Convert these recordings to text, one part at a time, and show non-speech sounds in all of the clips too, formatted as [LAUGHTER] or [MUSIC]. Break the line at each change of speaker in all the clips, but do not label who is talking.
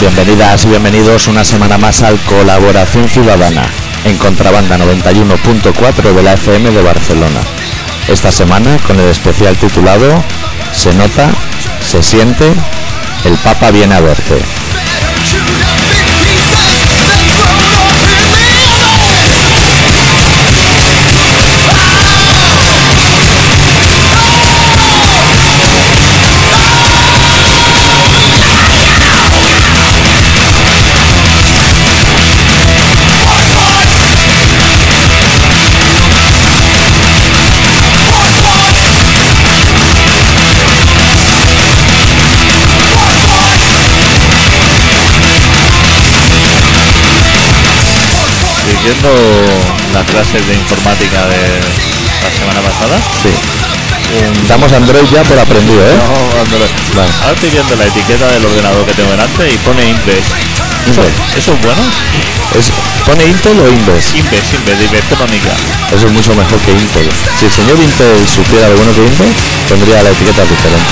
Bienvenidas y bienvenidos una semana más al Colaboración Ciudadana, en contrabanda 91.4 de la FM de Barcelona. Esta semana con el especial titulado Se nota, se siente, el Papa viene a verte.
Siguiendo las clases de informática de la semana pasada,
Sí.
un-
Damos Android ya por aprendido, ¿eh?
No, Android.
Vale.
ahora estoy viendo la etiqueta del ordenador que tengo delante y pone Inves. ¿Eso,
Inves.
¿eso es bueno?
Es- ¿Pone Intel o Inves?
Inves, Inves, de Ibertrónica.
Eso es mucho mejor que Intel. Si el señor Intel supiera lo bueno que Intel, tendría la etiqueta diferente.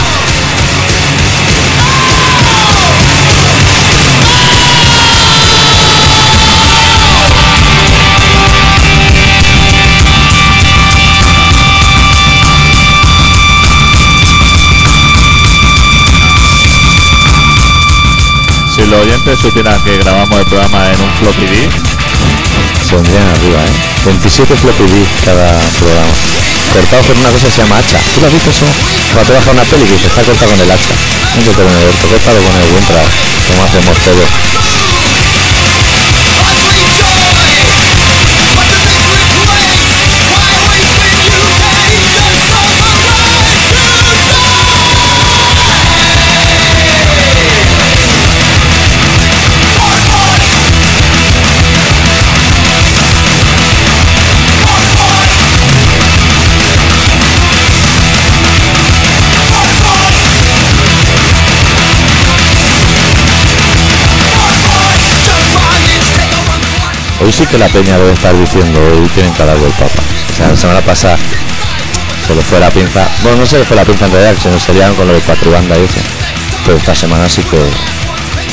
Si los oyentes supieran que grabamos el programa en un floppy disk,
Se vendrían arriba, ¿eh? 27 floppy disk cada programa. Cortados con una cosa que se llama hacha. ¿Tú lo has visto eso? Cuando te baja una peli que se está corta con el hacha. Nunca te lo he visto. Córtalo con el buen trabajo, como hacemos todos. Hoy sí que la peña debe estar diciendo, hoy tienen que hablar del Papa. O sea, la semana pasada se le fue la pinza. Bueno, no se le fue la pinza en realidad, se nos serían con lo de Cuatribanda y eso. Pero esta semana sí que...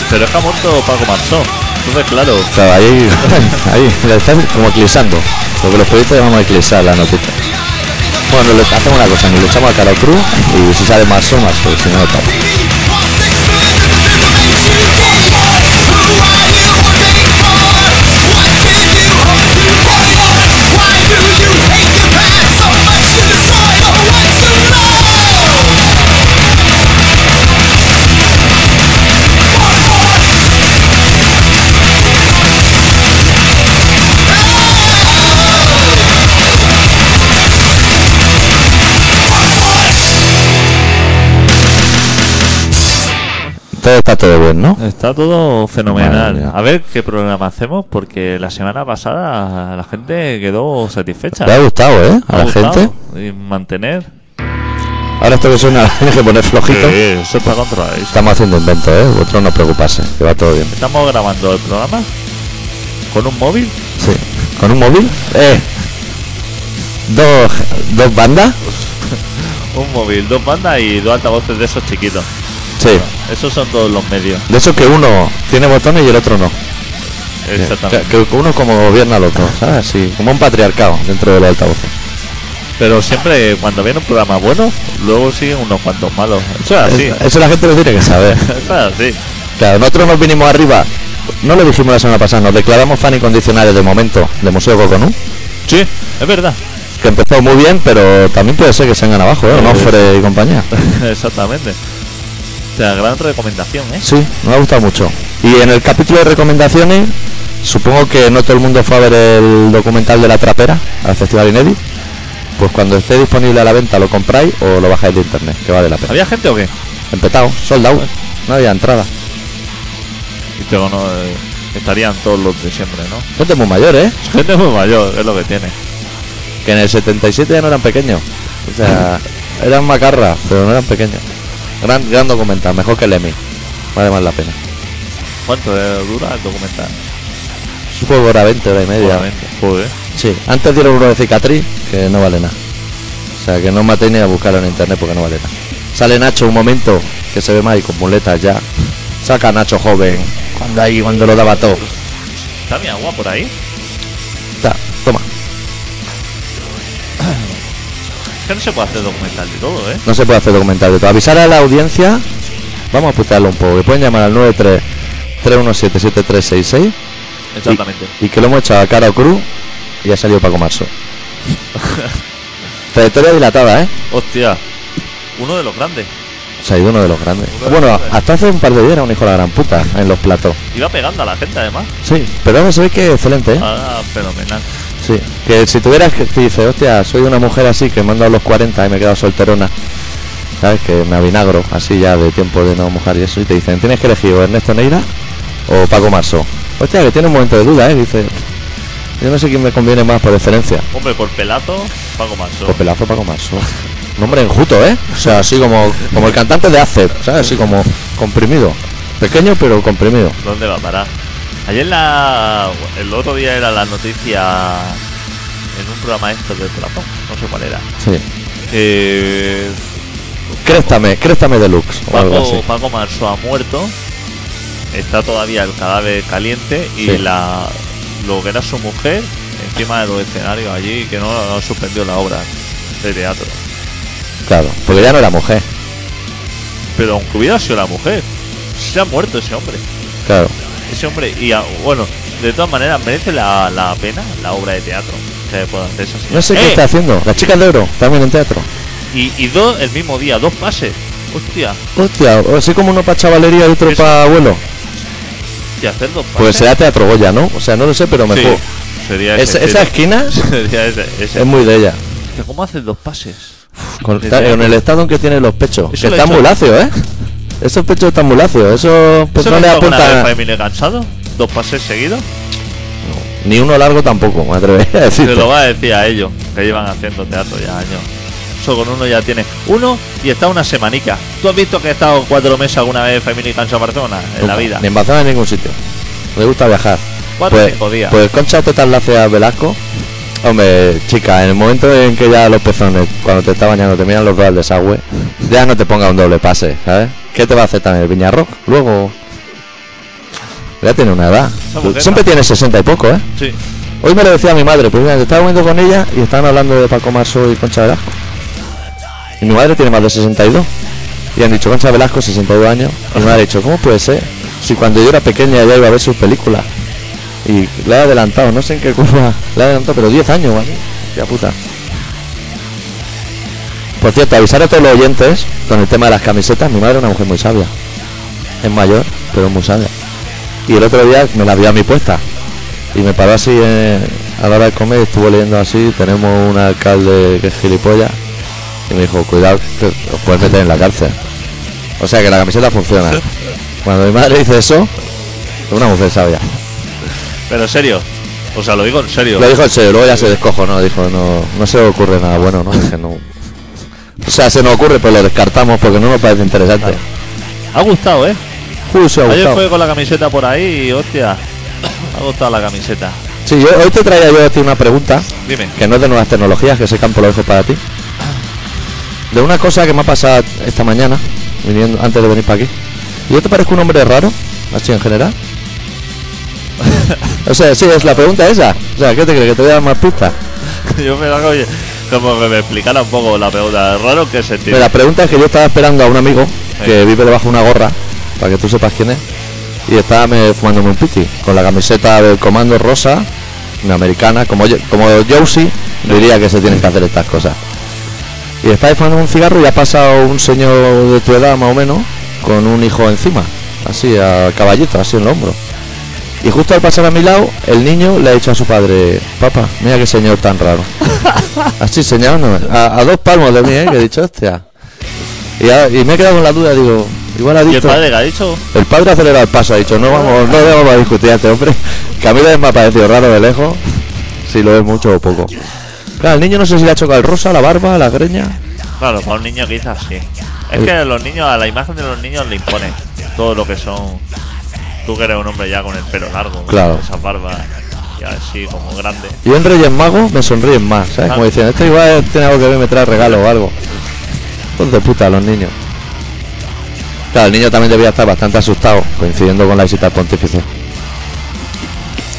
pero es que ha muerto Paco Marzón. Entonces, claro,
Claro, ahí, [LAUGHS] ahí, la están como eclipsando. Lo que los periodistas llamamos eclipsar la noticia. Bueno, le- hacemos una cosa, nos lo echamos a cara cruz y si sale más o más, pues si no, no. Todo está todo bien, ¿no?
está todo
Madre mía.
fenomenal. A ver qué programa hacemos, porque la semana pasada la gente quedó satisfecha.
¿Te ha gustado, eh? A
Ha
la
gustado.
gente.
Y mantener.
Ahora esto que suena, [LAUGHS] hay que poner flojito.
eso está controlado.
Estamos haciendo invento, ¿eh? Vosotros no preocuparse, que va todo bien.
Estamos grabando el programa con un móvil.
Sí. ¿Con un móvil? Eh. Dos, dos bandas.
Un móvil, dos bandas y dos altavoces de esos chiquitos.
Sí.
Esos son todos los medios.
De eso que uno tiene botones y el otro no.
Exactamente.
Que, que uno como gobierna al otro, ¿sabes? Sí, como un patriarcado dentro de los altavoces.
Pero siempre cuando viene un programa bueno, luego siguen unos cuantos malos. Eso es así.
Eso la gente lo tiene que saber.
Eso es así.
Claro, nosotros nos vinimos arriba. No lo dijimos la semana pasada, nos declaramos fan incondicionales de momento de Museo Coconú,
Sí, es verdad. [LAUGHS]
que empezó muy bien, pero también puede ser que se hagan abajo, ¿eh? Onofre y compañía.
Exactamente. O sea, gran recomendación, ¿eh?
Sí, me ha gustado mucho. Y en el capítulo de recomendaciones, supongo que no todo el mundo fue a ver el documental de la trapera al Festival Inédit. Pues cuando esté disponible a la venta lo compráis o lo bajáis de internet, que vale la pena.
¿Había gente o qué?
Empezado, sold out, no había entrada.
Y luego no, eh, estarían todos los de siempre, ¿no?
Gente muy mayor, ¿eh?
Gente muy mayor, es lo que tiene.
Que en el 77 ya no eran pequeños. O sea, eran macarras, pero no eran pequeños. Gran, gran documental, mejor que el Emmy. Vale más la pena.
¿Cuánto eh, dura el documental?
Supongo que hora 20, hora y media.
Seguramente. Eh, Joder.
Sí, antes dieron uno de cicatriz que no vale nada. O sea, que no matéis ni a buscarlo en internet porque no vale nada. Sale Nacho un momento que se ve mal y con muletas ya. Saca a Nacho joven. Cuando ahí, cuando lo daba todo.
¿Está mi agua por ahí?
Ta, toma.
Que no se puede hacer documental de todo, ¿eh?
No se puede hacer documental de todo. Avisar a la audiencia. Vamos a putearlo un poco. Que pueden llamar al 93 317 7366
Exactamente.
Y, y que lo hemos echado a cara o cruz y ha salido Paco
[LAUGHS]
Marzo. Trayectoria dilatada, ¿eh?
Hostia. Uno de los grandes.
Se ha ido uno de los grandes.
Uno de los
bueno,
grandes.
hasta hace un par de días era un hijo de la gran puta en los platos.
Iba pegando a la gente, además.
Sí, pero ahora se ve que excelente, ¿eh?
Ah, fenomenal.
Sí. Que si tuvieras que te dices, hostia, soy una mujer así que me han dado los 40 y me he quedado solterona. ¿Sabes? Que me avinagro así ya de tiempo de no mojar y eso. Y te dicen, tienes que elegir o Ernesto Neira o Paco Marzo. Hostia, que tiene un momento de duda, ¿eh? Dice, yo no sé quién me conviene más por excelencia.
Hombre, por pelazo, Paco Manso.
Pues pelazo Paco Marzo. Nombre enjuto, ¿eh? O sea, así como, como el cantante de Acer, ¿sabes? Así como comprimido. Pequeño pero comprimido.
¿Dónde va a parar? Ayer la... El otro día era la noticia en un programa esto de Trapón. No sé cuál era.
Sí.
Eh,
Créstame, créstame deluxe o algo así.
Paco, Paco Marzo ha muerto. Está todavía el cadáver caliente y
Sí.
la lo que era su mujer encima de los escenarios allí que no, no suspendió la obra de teatro.
Claro, porque ya no era mujer.
Pero aunque hubiera sido la mujer, se ha muerto ese hombre.
Claro.
Ese hombre, y ah, bueno, de todas maneras merece la, la pena la obra de teatro que pueda hacer esa señora.
No sé
¡Eh!
qué está haciendo. Las chicas de oro, también en teatro.
Y, y dos el mismo día, dos pases. Hostia,
Hostia, así como uno para chavalería y otro
Es-
para abuelo.
y hacer dos pases.
Pues será teatro Goya, ¿no? O sea, no lo sé, pero
Sí,
mejor.
sería
Esa-
ese
esa
estilo.
esquina
[LAUGHS] Sería ese- ese.
es muy de ella.
Hostia, ¿Cómo haces dos pases?
Con,
De
ta-
teatro.
con el estado en que tiene los pechos.
Eso
que
lo he
están
hecho.
muy lacios, ¿eh? Esos pechos están muy lacios. pues, Esos
¿Eso
pezones
no alguna vez
apuntan.
para Emilio cansado? ¿Dos pases seguidos? em-
Ni uno largo tampoco, me atrevería a
Se
decirte.
lo va a decir a ellos, que llevan haciendo teatro ya años. Eso con uno ya tiene uno y está una semanica. ¿Tú has visto que he estado cuatro meses alguna vez en Emilio cansado Barcelona? En la
Nunca,
vida.
Ni en Barcelona ni en ningún sitio. Me gusta viajar.
Cuatro o
Pues,
cinco días.
pues Concha Total Lacia Velasco. Hombre, chica, en el momento en que ya los pezones, cuando te está bañando, te miran los dedos del desagüe, ya no te ponga un doble pase, ¿sabes? ¿Qué te va a hacer también el Viñarroc? Luego. Ya tiene una edad.
Esa mujer,
Siempre
¿no?
tiene 60 y poco, ¿eh?
Sí.
Hoy me lo decía mi madre, pues mira, que estaba comiendo con ella y estaban hablando de Paco Marzo y Concha Velasco. Y mi madre tiene más de 62. Y han dicho Concha Velasco, 62 años. Y me ha dicho, ¿cómo puede ser? Si cuando yo era pequeña ya iba a ver sus películas. Y la he adelantado, no sé en qué curva la he adelantado, pero 10 años, ¿vale? Ya puta. Por cierto, avisar a todos los oyentes con el tema de las camisetas. Mi madre es una mujer muy sabia. Es mayor, pero es muy sabia. Y el otro día me la dio a mi puesta. Y me paró así eh, a la hora de comer, estuvo leyendo así, tenemos un alcalde que es gilipollas. Y me dijo, cuidado, que os puedes meter en la cárcel. O sea que la camiseta funciona. Cuando mi madre dice eso, es una mujer sabia.
Pero en serio. O sea, lo digo en serio.
Lo dijo en serio, luego ya se descojo, no, dijo, no, no se le ocurre nada bueno, no, dije, no. O sea, se nos ocurre, pero lo descartamos porque no nos parece interesante.
Ha gustado, ¿eh?
Uy, se ha
Ayer
gustado.
fue con la camiseta por ahí y hostia. Ha gustado la camiseta.
Sí, yo, hoy te traía yo a ti una pregunta.
Dime.
que no es de nuevas tecnologías, que ese campo lo dejo para ti. De una cosa que me ha pasado esta mañana, viniendo, antes de venir para aquí. ¿Yo te parezco un hombre raro? Así en general. [LAUGHS] o sea, sí, es la pregunta esa. O sea, ¿qué te crees? ¿Que te voy a dar más pistas?
[LAUGHS] Yo me hago como que me explicara un poco la pregunta. Raro que se
Pero la pregunta es que yo estaba esperando a un amigo que vive debajo de una gorra, para que tú sepas quién es, y estaba me, fumándome un piti, con la camiseta del comando rosa, una americana, como yo, como Josie, diría que se tienen que hacer estas cosas. Y estaba fumando un cigarro y ha pasado un señor de tu edad más o menos, con un hijo encima, así a caballito, así en el hombro. Y justo al pasar a mi lado, el niño le ha dicho a su padre, papá, mira qué señor tan raro. Así señalándome, a, a dos palmos de mí, ¿eh? que he dicho, hostia. Y, a- y me he quedado con la duda, digo, igual ha
¿Y el
dicho...
padre que ha dicho?
El padre ha acelerado el paso, ha dicho, no vamos, no vamos a discutir a este hombre, [LAUGHS] que a mí también me ha parecido raro de lejos, si lo es mucho o poco. Claro, el niño no sé si le ha chocado el rosa, la barba, la greña.
Claro, para un niño quizás sí. Es que a los niños, a la imagen de los niños le impone todo lo que son. Tú que eres un hombre ya con el pelo largo,
Claro.
con esas barbas y así como grande.
Yo en Reyes Magos me sonríen más, ¿sabes?
Ah.
Como diciendo, este igual tiene algo que ver, me trae regalo o algo. Hijos de puta los niños. Claro, el niño también debía estar bastante asustado, coincidiendo con la visita al pontífice.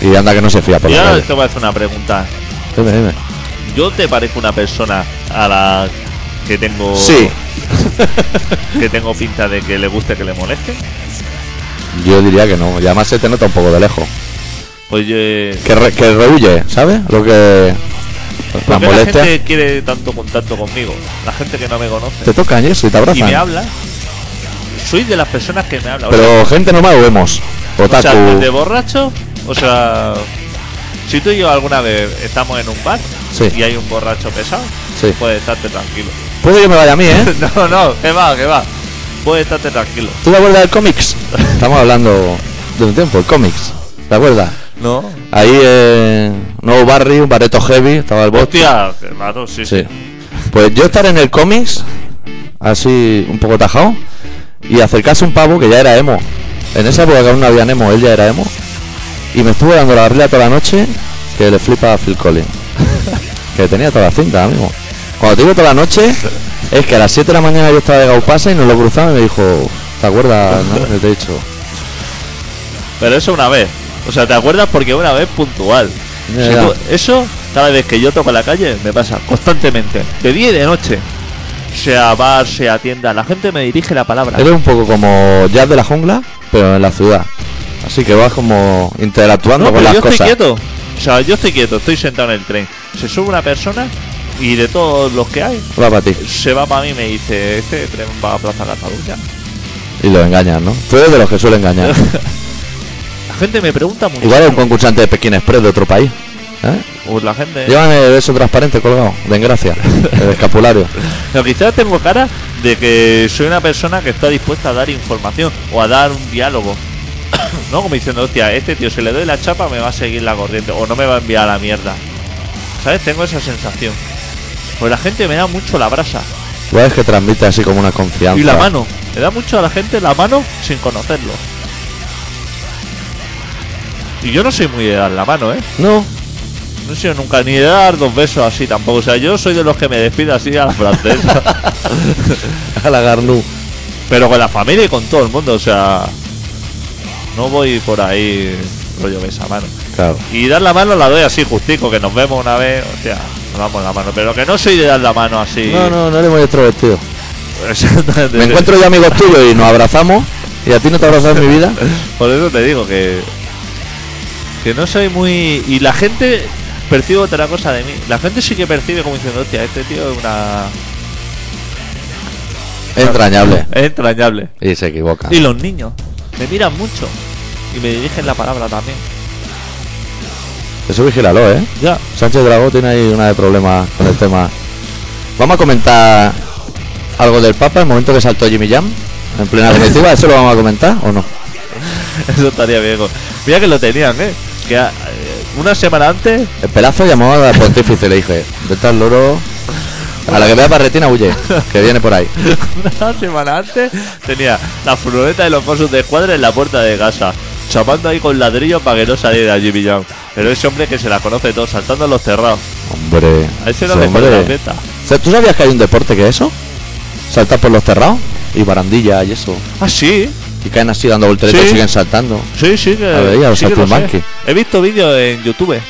Y anda que no se fía por
Y
la
ahora
calle.
te voy a hacer una pregunta.
Dime, dime.
¿Yo te parezco una persona a la que tengo.
Sí.
que tengo pinta de que le guste que le moleste?
Yo diría que no, y además se te nota un poco de lejos.
Pues Oye.
Que, re- que rehuye, ¿sabes? Lo que.
¿Por
Las
qué la
molestias.
gente quiere tanto contacto conmigo? La gente que no me conoce.
Te tocan y eso, y te
y me
abrazan.
habla. Soy de las personas que me habla. O
Pero gente normal vemos.
sea, o
Otaku.
sea, de borracho, o sea, si tú y yo alguna vez estamos en un bar
Sí.
y hay un borracho pesado,
Sí.
puedes estarte tranquilo.
Puede que me vaya a mí, ¿eh?
[LAUGHS] no, no, que va, que va. Puedes estarte tranquilo.
¿Tú te acuerdas del cómics? Estamos hablando de un tiempo, el cómics. ¿Te acuerdas?
No.
Ahí, eh, nuevo barrio, un bareto heavy, estaba el bot.
Hostia, claro, sí, sí.
Sí. Pues yo estar en el cómics, así un poco tajado, y acercarse un pavo que ya era emo. En esa época aún no había emo, él ya era emo. Y me estuvo dando la barrila toda la noche que le flipa a Phil Collins. [LAUGHS] que tenía toda la cinta, amigo. Cuando te digo toda la noche, es que a las 7 de la mañana yo estaba de Gaupasa y nos lo cruzamos y me dijo, ¿te acuerdas? No? Que te he dicho.
Pero eso una vez. O sea, ¿te acuerdas? Porque una vez puntual.
Ya,
O sea,
ya.
tú- eso, cada vez que yo toco la calle, me pasa constantemente. De día y de noche. Sea bar, sea tienda, la gente me dirige la palabra.
Él es un poco como jazz de la jungla, pero en la ciudad. Así que vas como interactuando
No,
con
pero
las
yo
cosas.
estoy quieto. O sea, yo estoy quieto, estoy sentado en el tren. Se sube una persona y de todos los que hay,
Va para ti.
se va para mí y me dice, este tren va a Plaza Cataluña.
Y lo engañan, ¿no? Tú eres de los que suele engañar.
[LAUGHS] La gente me pregunta mucho.
Igual es un concursante de Pekín Express de otro país. ¿eh?
Pues la gente...
Llevan el eso transparente colgado, de
[LAUGHS]
engracia, el escapulario.
Pero quizás tengo cara de que soy una persona que está dispuesta a dar información o a dar un diálogo. [COUGHS] ¿No? Como diciendo, hostia, este tío, si le doy la chapa me va a seguir la corriente o no me va a enviar a la mierda. ¿Sabes? Tengo esa sensación. Pues la gente me da mucho la brasa
Igual es que transmite así como una confianza.
y la mano. Me da mucho a la gente la mano sin conocerlo. Y yo no soy muy de dar la mano, ¿eh? [LAUGHS]
No,
No soy nunca ni de dar dos besos así tampoco. O sea, yo soy de los que me despido así a la francesa.
[LAUGHS] a la Garnu.
Pero con la familia y con todo el mundo, o sea. No voy por ahí rollo besa mano.
Claro.
Y dar la mano la doy así justico, que nos vemos una vez, o sea, nos damos la mano. Pero que no soy de dar la mano así.
No, no, no eres muy extrovertido.
[LAUGHS] Exactamente.
Me encuentro yo amigos tuyos y nos abrazamos. Y a ti no te abrazas en mi vida.
Por eso te digo que. Que no soy muy. Y la gente percibe otra cosa de mí. La gente sí que percibe como diciendo, hostia, este tío es una.
Entrañable. Ah.
Es entrañable.
Y se equivoca.
Y los niños. Me miran mucho. Y me dirigen la palabra también.
Eso vigílalo, ¿eh?
Ya. [LAUGHS]
Sánchez Dragó tiene ahí una de problemas con el tema. Vamos a comentar algo del Papa, el momento que saltó Jimmy Jam en plena comitiva, ¿eso lo vamos a comentar o no?
Eso estaría bien. Mira que lo tenían, ¿eh? Que ah, eh, una semana antes, [LAUGHS]
El pelazo llamó al pontífice y le dije, de tal loro, a la que vea parretina huye, que viene por ahí.
una semana antes, tenía la furgoneta de los Mossos de Escuadra en la puerta de casa, chapando ahí con ladrillos para que no saliera Jimmy Young. Pero ese hombre que se la conoce todo, saltando a los cerrados.
Hombre,
A ese no
ese
le
hombre.
pone la meta.
O sea, ¿Tú sabías que hay un deporte que es eso? Saltar por los terrados y barandilla y eso.
Ah, sí,
Y caen así dando volteretas
Sí.
y siguen saltando.
sí, sí que.
A ver, ya lo
sí que
saltó
lo
el
sé.
monkey.
He visto vídeos en YouTube.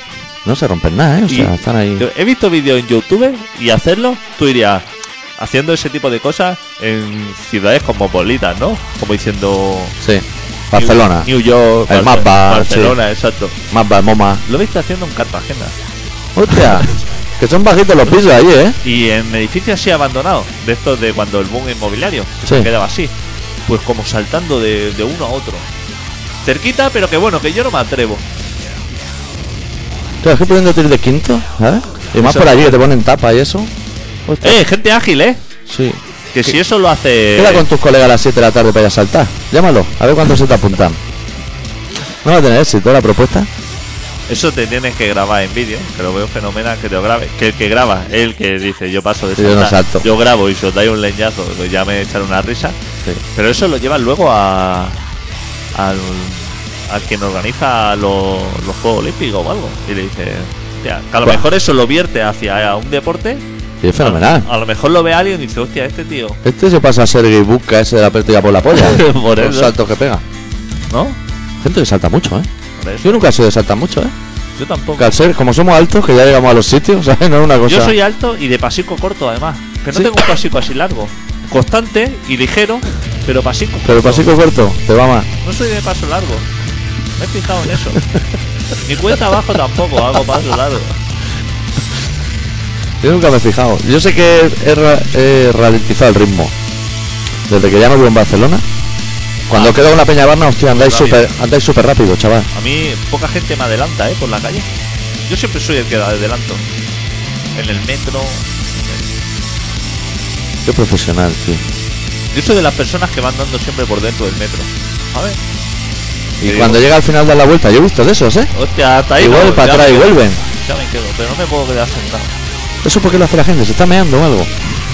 No se rompen nada, ¿eh? O
y-
sea, están ahí.
He visto vídeos en YouTube y hacerlo, tú irías haciendo ese tipo de cosas en ciudades cosmopolitas, ¿no? Como diciendo.
Sí. Barcelona,
New York,
El mapa,
Barcelona, exacto.
más Moma.
Lo viste haciendo en Cartagena.
Hostia, que son bajitos los pisos ahí, ¿eh?
Y en edificios así abandonados, de estos de cuando el boom inmobiliario que
Sí.
se quedaba así. Pues como saltando de, de uno a otro. Cerquita, pero que bueno, que yo no me atrevo.
Claro, es que pudiendo ir de quinto, ¿sabes? Y más
Eso.
por allí que te ponen tapa y eso. Hostia,
Eh, gente ágil, eh.
sí.
Que si eso lo hace.
Queda con tus colegas a las 7 de la tarde para ir a saltar. Llámalo, a ver cuántos se te apuntan. No va a tener éxito la propuesta.
Eso te tienes que grabar en vídeo, que lo veo fenomenal que te lo grabe. Que el que graba, el que dice yo paso de
Yo no
saltar,
salto.
yo grabo y si os dais un leñazo, pues ya me echan una risa. Pero eso lo llevan luego a al, al quien organiza lo- los Juegos Olímpicos o algo. Y le dice, "Hostia, que a lo
Buah.
mejor eso lo vierte hacia un deporte
Y es fenomenal.
A lo mejor lo ve alguien y dice, hostia, este tío,
Este se pasa a ser gay busca ese de la peste ya por la polla.
[LAUGHS] Por
Los
eso.
saltos que pega.
¿no?
Gente que salta mucho, ¿eh?
Por eso.
Yo nunca he sido de saltar mucho, ¿eh?
Yo tampoco.
Porque al ser, como somos altos, que ya llegamos a los sitios, [LAUGHS] ¿sabes? No es una cosa.
Yo soy alto y de pasico corto, además. Que no
Sí.
tengo un pasico así largo. Constante y ligero, pero pasico.
Pero el
corto.
pasico corto, te va más.
No soy de paso largo. Me he fijado en eso. Ni cuenta abajo tampoco hago paso largo.
Yo nunca me he fijado. Yo sé que he, he ra- he ralentizado el ritmo. Desde que ya no vivo en Barcelona. Cuando
Ah.
quedo con la Peña Barna, hostia, andáis
Rápido.
súper andáis súper rápido, chaval.
A mí poca gente me adelanta, ¿eh? Por la calle. Yo siempre soy el que adelanto. En el metro.
Qué profesional, tío.
Yo soy de las personas que van dando siempre por dentro del metro. A ver.
Y
Sí,
cuando
digo,
llega al final de la vuelta, yo he visto de esos, ¿eh?
Hostia, hasta ahí.
y vuelven
no,
para
ya
atrás
me
y
quedo,
vuelven.
Ya me quedo, pero no me puedo quedar sentado.
¿Eso por qué lo hace la gente? ¿Se está meando o algo?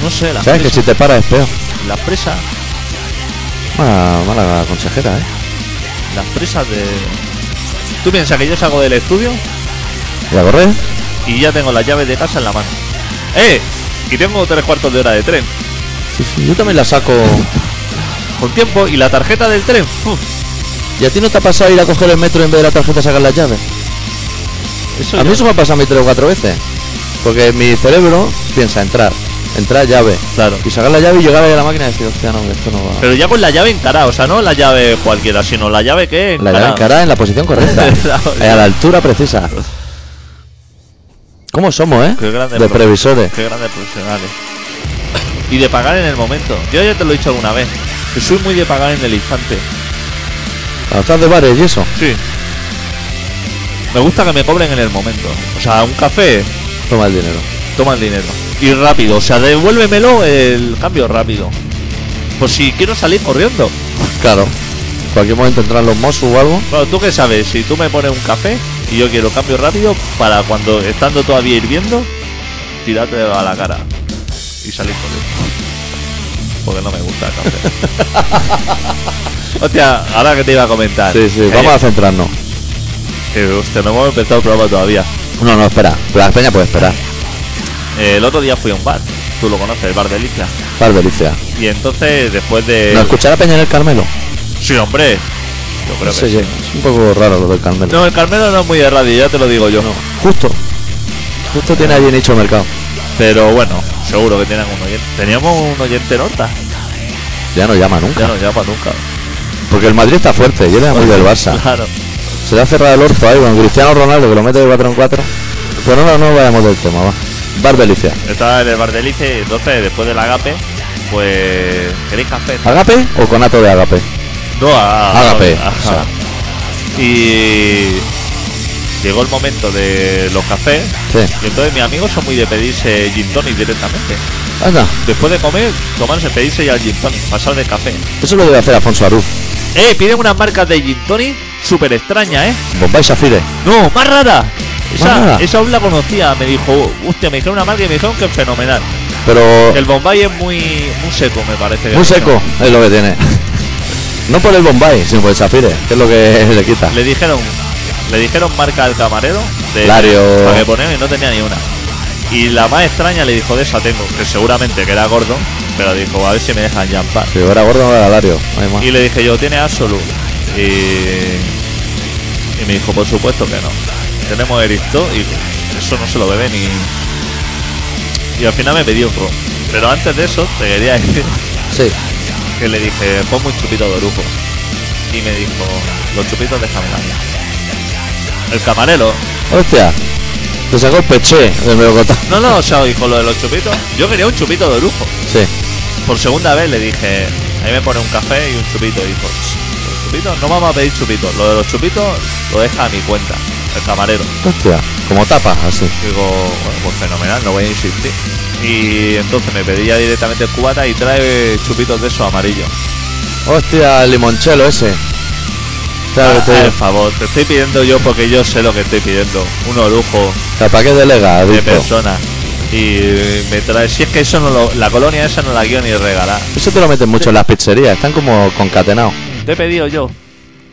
No sé, las
¿Sabes que si
presas,
te paras es peor?
las presas,
Mala, mala consejera, ¿eh?
las presas de. ¿Tú piensas que yo salgo del estudio
Y a correr.
y ya tengo las llaves de casa en la mano? ¡Eh! Y tengo tres cuartos de hora de tren.
Sí, sí, yo también la saco.
Con tiempo y la tarjeta del tren. uf,
¿Y a ti no te ha pasado ir a coger el metro y en vez de la tarjeta sacar las llaves?
eso
a mí
ya-
eso me ha pasado a mí tres o cuatro veces. Porque mi cerebro piensa entrar, entrar llave.
Claro.
Y sacar la llave y llegar ahí a la máquina y decir, hostia, no, que esto no va.
Pero ya con la llave encarada, o sea, no la llave cualquiera, sino la llave que es
La llave encarada en la posición correcta.
[LAUGHS]
eh,
Claro.
a la altura precisa. ¿Cómo somos, eh?
Qué grandes
de
pro-
previsores.
Qué grandes profesionales. Y de pagar en el momento. Yo ya te lo he dicho alguna vez. Que soy muy de pagar en el instante.
Cuando estás de bares y eso.
Sí. Me gusta que me cobren en el momento. O sea, un café,
Toma el dinero.
toma el dinero. Y rápido, o sea, devuélvemelo el cambio rápido. Por si quiero salir corriendo.
Claro. Cualquier momento entran los Mossos o algo.
Bueno, tú qué sabes, si tú me pones un café y yo quiero cambio rápido para cuando estando todavía hirviendo, tirarte a la cara y salir con él. Porque no me gusta el
[LAUGHS]
café. hostia, ahora que te iba a comentar.
Sí, sí.
Eh,
Vamos a centrarnos.
que, hostia, no hemos empezado el programa todavía.
No, no, espera. Pero la peña puede esperar.
Eh, el otro día fui a un bar, tú lo conoces, el bar de Licia.
Par delicia.
Y entonces después de.
¿No escuchará Peña en el Carmelo?
Sí, hombre. Yo creo que
Sí, sí.
sí.
Es un poco raro lo del Carmelo.
No, el Carmelo no es muy de radio, ya te lo digo yo.
Justo. Justo tiene allí nicho de mercado.
Pero bueno, seguro que tienen un oyente. Teníamos un oyente norta.
Ya no llama nunca.
Ya no llama nunca.
Porque el Madrid está fuerte. Yo le llamo del Barça.
Claro.
Se le ha cerrado el orto ahí con Cristiano Ronaldo que lo mete de 4 en 4. Pero no, no vayamos del tema, va. Bar Delicia.
Estaba en el bar de Lice, entonces después del agape, pues. ¿Queréis café?
¿Agape o conato de agape?
No, a-
Ah, Agape,
a-
o sea.
Y. Llegó el momento de los cafés.
Sí.
Y entonces mis amigos son muy de pedirse gin tonic directamente.
Anda,
Después de comer, tomarse, pedirse ya el gin tonic, pasar de café.
eso lo debe hacer Afonso Aruz.
Eh, piden unas marcas de gin tonic súper extrañas, ¿eh?
Bombay Safire.
No, más rara.
Más
Esa,
rara.
esa aún la conocía, me dijo, hostia, me dijeron una marca y me dijeron que es fenomenal.
Pero
El Bombay es muy, muy seco, me parece. que
muy
es, ¿no?
seco es lo que tiene. No por el Bombay, sino por el Safire, que es lo que [LAUGHS] le quita.
Le dijeron, le dijeron marca al camarero de
Lario.
para que poner y no tenía ni una. Y la más extraña le dijo de esa tengo, que seguramente que era gordo, pero dijo, a ver si me dejan ya en paz.
Si fuera gordo no era Dario. no hay más.
Y le dije yo, ¿tiene Absolut? Y, y me dijo, por supuesto que no. Tenemos Eristo y eso no se lo bebe ni. Y al final me pidió un ron. Pero antes de eso, te quería [LAUGHS] decir
Sí.
que le dije, ponme un chupito de orujo. Y me dijo, los chupitos déjame El camarero.
Hostia. Te sacó el peché del melocotón.
No, no, o sea, dijo lo de los chupitos. Yo quería un chupito de orujo.
Sí.
Por segunda vez le dije, ahí me pone un café y un chupito. Y dijo, "Los chupitos, no vamos a pedir chupitos. Lo de los chupitos lo deja a mi cuenta, el camarero.
Hostia. Como tapa, así.
Digo, bueno, pues fenomenal, no voy a insistir. Y entonces me pedía directamente el cubata y trae chupitos de esos amarillos.
Hostia, el limonchelo ese. Claro,
Ah,
te-
por favor, te estoy pidiendo yo porque yo sé lo que estoy pidiendo. Un orujo
¿Para qué delega,
de
adicto?
personas. Y me trae, si es que eso no lo- la colonia esa no la quiero ni regalar.
Eso te lo meten mucho en las pizzerías, están como concatenados.
Te he pedido yo.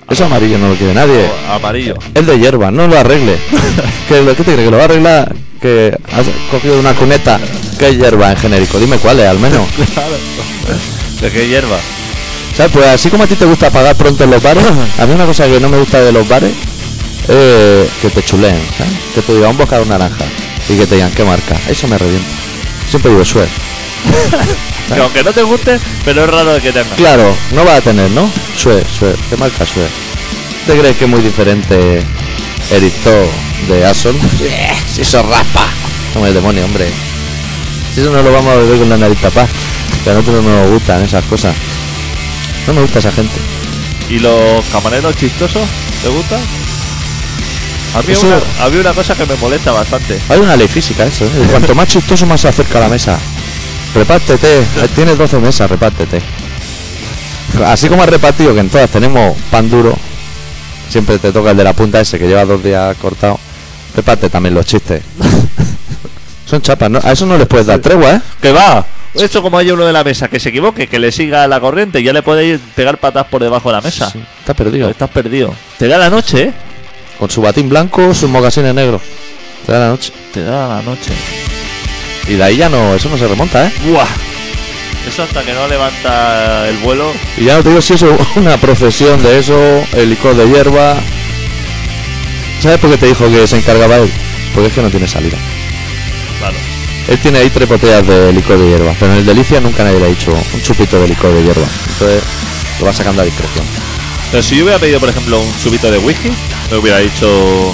Eso amarillo no lo quiere nadie.
O amarillo. [LAUGHS]
Es de hierba, no lo arregle. ¿Qué, lo, ¿Qué te crees? ¿Que lo va a arreglar? Que has cogido una cuneta. ¿Qué es hierba en genérico? Dime cuál es, al menos.
Claro. ¿De qué hierba?
¿Sabes? Pues así como a ti te gusta pagar pronto en los bares, a mí una cosa que no me gusta de los bares es que te chuleen, ¿sabes? Que te digan un bocado naranja y que te digan qué marca. Eso me revienta. Siempre digo suerte.
Que aunque no te guste, pero es raro que tenga.
Claro, no va a tener, ¿no? Sue, Sue, ¿qué marca Sue? ¿Te crees que es muy diferente Ericto de Ason? si eso raspa. Como el demonio, hombre. Si eso no lo vamos a beber con la nariz tapada. Que a nosotros no nos gustan esas cosas. No me gusta esa gente.
¿Y los camareros chistosos? ¿Te gustan? A mí
Eso-
una- había una cosa que me molesta bastante.
Hay una ley física eso, ¿eh? [LAUGHS] Cuanto más chistoso, más se acerca a la mesa. Repártete, eh, tienes 12 mesas, repártete. Así como has repartido que en todas tenemos pan duro, siempre te toca el de la punta ese que lleva dos días cortado, reparte también los [LAUGHS] chistes. Son chapas, ¿no? a eso no les puedes dar tregua, ¿eh?
Que va. Eso como hay uno de la mesa que se equivoque, que le siga la corriente, ya le podéis pegar patas por debajo de la mesa.
Sí, Eh. está perdido.
Estás perdido. Te da la noche, ¿eh?
Con su batín blanco, sus mocasines negros. Te da la noche.
Te da la noche.
Y de ahí ya no, eso no se remonta, ¿eh?
Buah. Eso hasta que no levanta el vuelo.
Y ya no te digo si es [LAUGHS] una profesión de eso, el licor de hierba. ¿Sabes por qué te dijo que se encargaba él? Porque es que no tiene salida.
Claro.
Él tiene ahí tres botellas de licor de hierba, pero en el Delicia nunca nadie le ha dicho un chupito de licor de hierba. Entonces lo va sacando a discreción.
Pero si yo hubiera pedido, por ejemplo, un chupito de whisky, me hubiera dicho.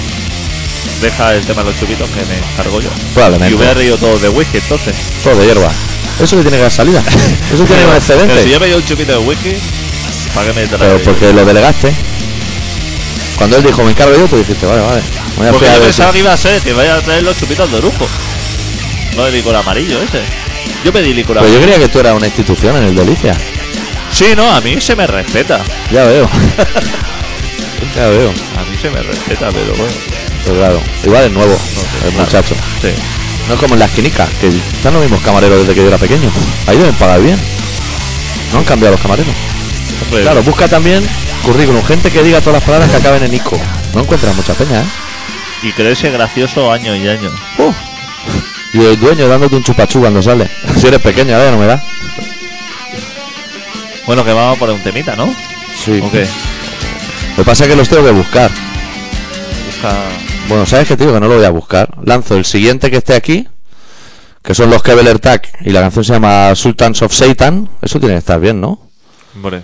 Deja el tema de los chupitos que me encargo yo. Y hubiera
Probablemente.
reído todos de whisky entonces.
Todo de hierba. Eso le tiene que dar salida.
[LAUGHS]
Eso tiene que dar
Pero si yo
excedente.
he pedido un chupito de whisky, ¿para qué me traes?
Pero porque lo delegaste. Cuando él dijo me encargo yo, tú dijiste, vale, vale. Voy a
Porque
fiar
yo
de ti.
pensaba que iba a ser que vaya a traer los chupitos de orujo. No de licor amarillo ese. Yo pedí licor
Pero Pues yo
amarillo.
creía que tú eras una institución en el Delicia.
Sí, no, a mí se me respeta.
Ya
[LAUGHS]
veo. ya veo.
A mí se me respeta, pero bueno.
Pero claro, igual es nuevo, el
claro.
muchacho.
Sí.
No es como en las quinicas, que están los mismos camareros desde que yo era pequeño. Ahí deben pagar bien. No han cambiado los camareros.
Hombre,
Claro, busca también currículum, gente que diga todas las palabras que acaben en ICO. No encuentras mucha peña, ¿eh?
Y creerse gracioso año y año.
Uh. Y el dueño dándote un chupachú cuando sale. Si eres pequeño, ahora ya no me da.
Bueno, que vamos a poner un temita, ¿no?
Sí.
¿O qué?
Lo que pasa es que los tengo que buscar.
Busca.
Bueno, ¿sabes qué, tío? Que no lo voy a buscar. Lanzo el siguiente que esté aquí, que son los Keveler Tag, y la canción se llama Sultans of Satan. Eso tiene que estar bien, ¿no?
Hombre.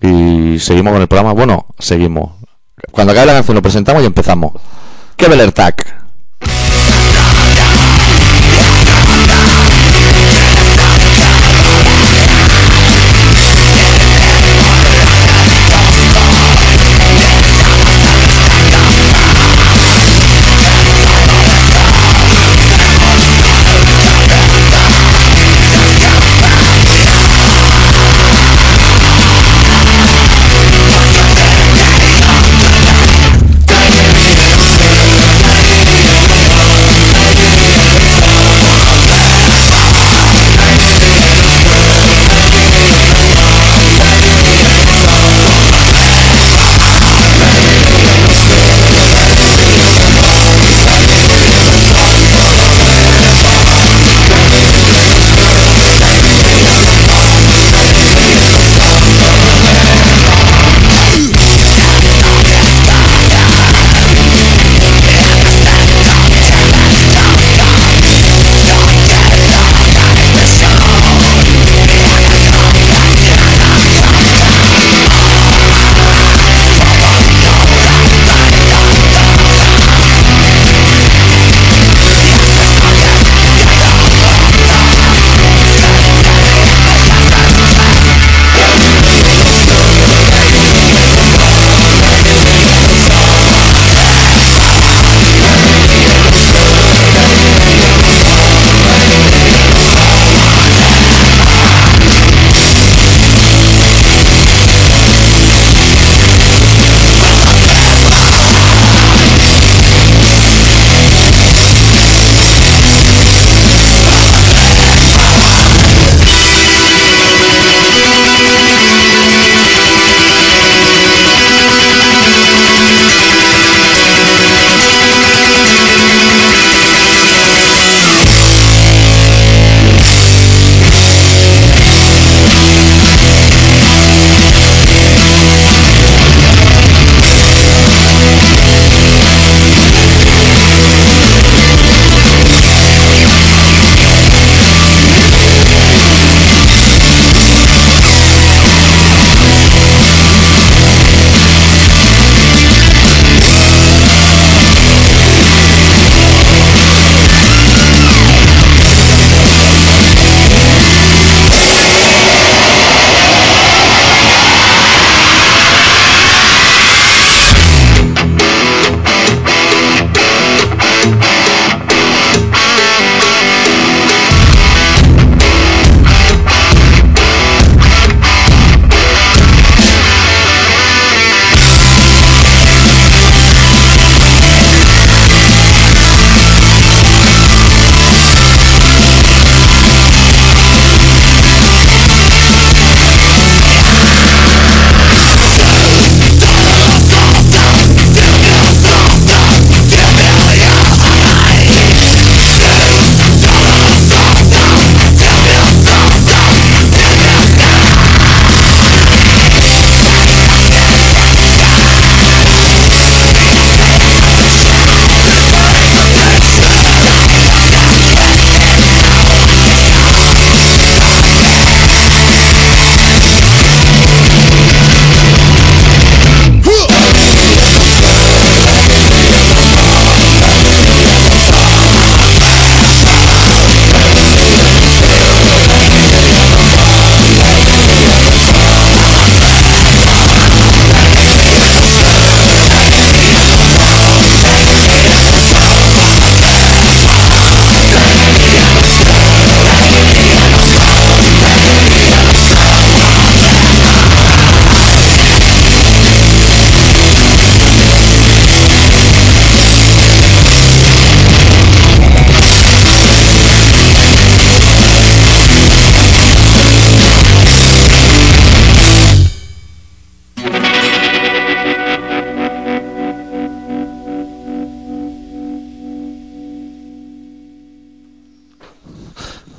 Y seguimos con el programa. Bueno, seguimos. Cuando acabe la canción lo presentamos y empezamos. Keveler Tag.
Thank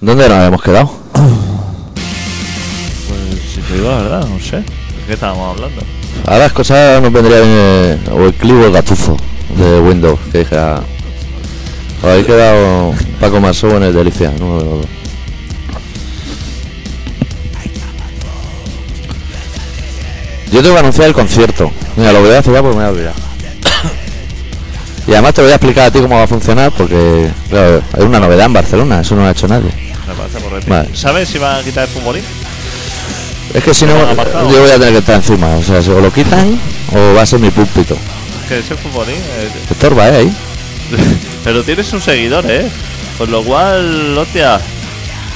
¿Dónde nos habíamos quedado?
Pues si te digo la verdad, no sé. ¿De qué estábamos hablando?
Ahora las cosas nos vendrían eh, o el clip o el gatufo de Windows, que ah, dijera. "Os Habéis quedado Paco Marsó en el Delicia, ¿no? de los dos". Yo tengo que anunciar el concierto. Mira, lo voy a hacer ya porque me voy a olvidar. Y además te voy a explicar a ti cómo va a funcionar porque, claro, es una novedad en Barcelona, eso no lo ha hecho nadie.
Me parece correcto.
Vale.
¿Sabes si van a quitar el futbolín?
Es que si no,
¿Lo han apartado?
yo voy a tener que estar encima. O sea, si o lo quitan o va a ser mi púlpito.
Que ese futbolín. eh,
Estorba, ¿eh? Ahí.
[LAUGHS] Pero tiene sus seguidores, ¿eh? Con lo cual, hostia,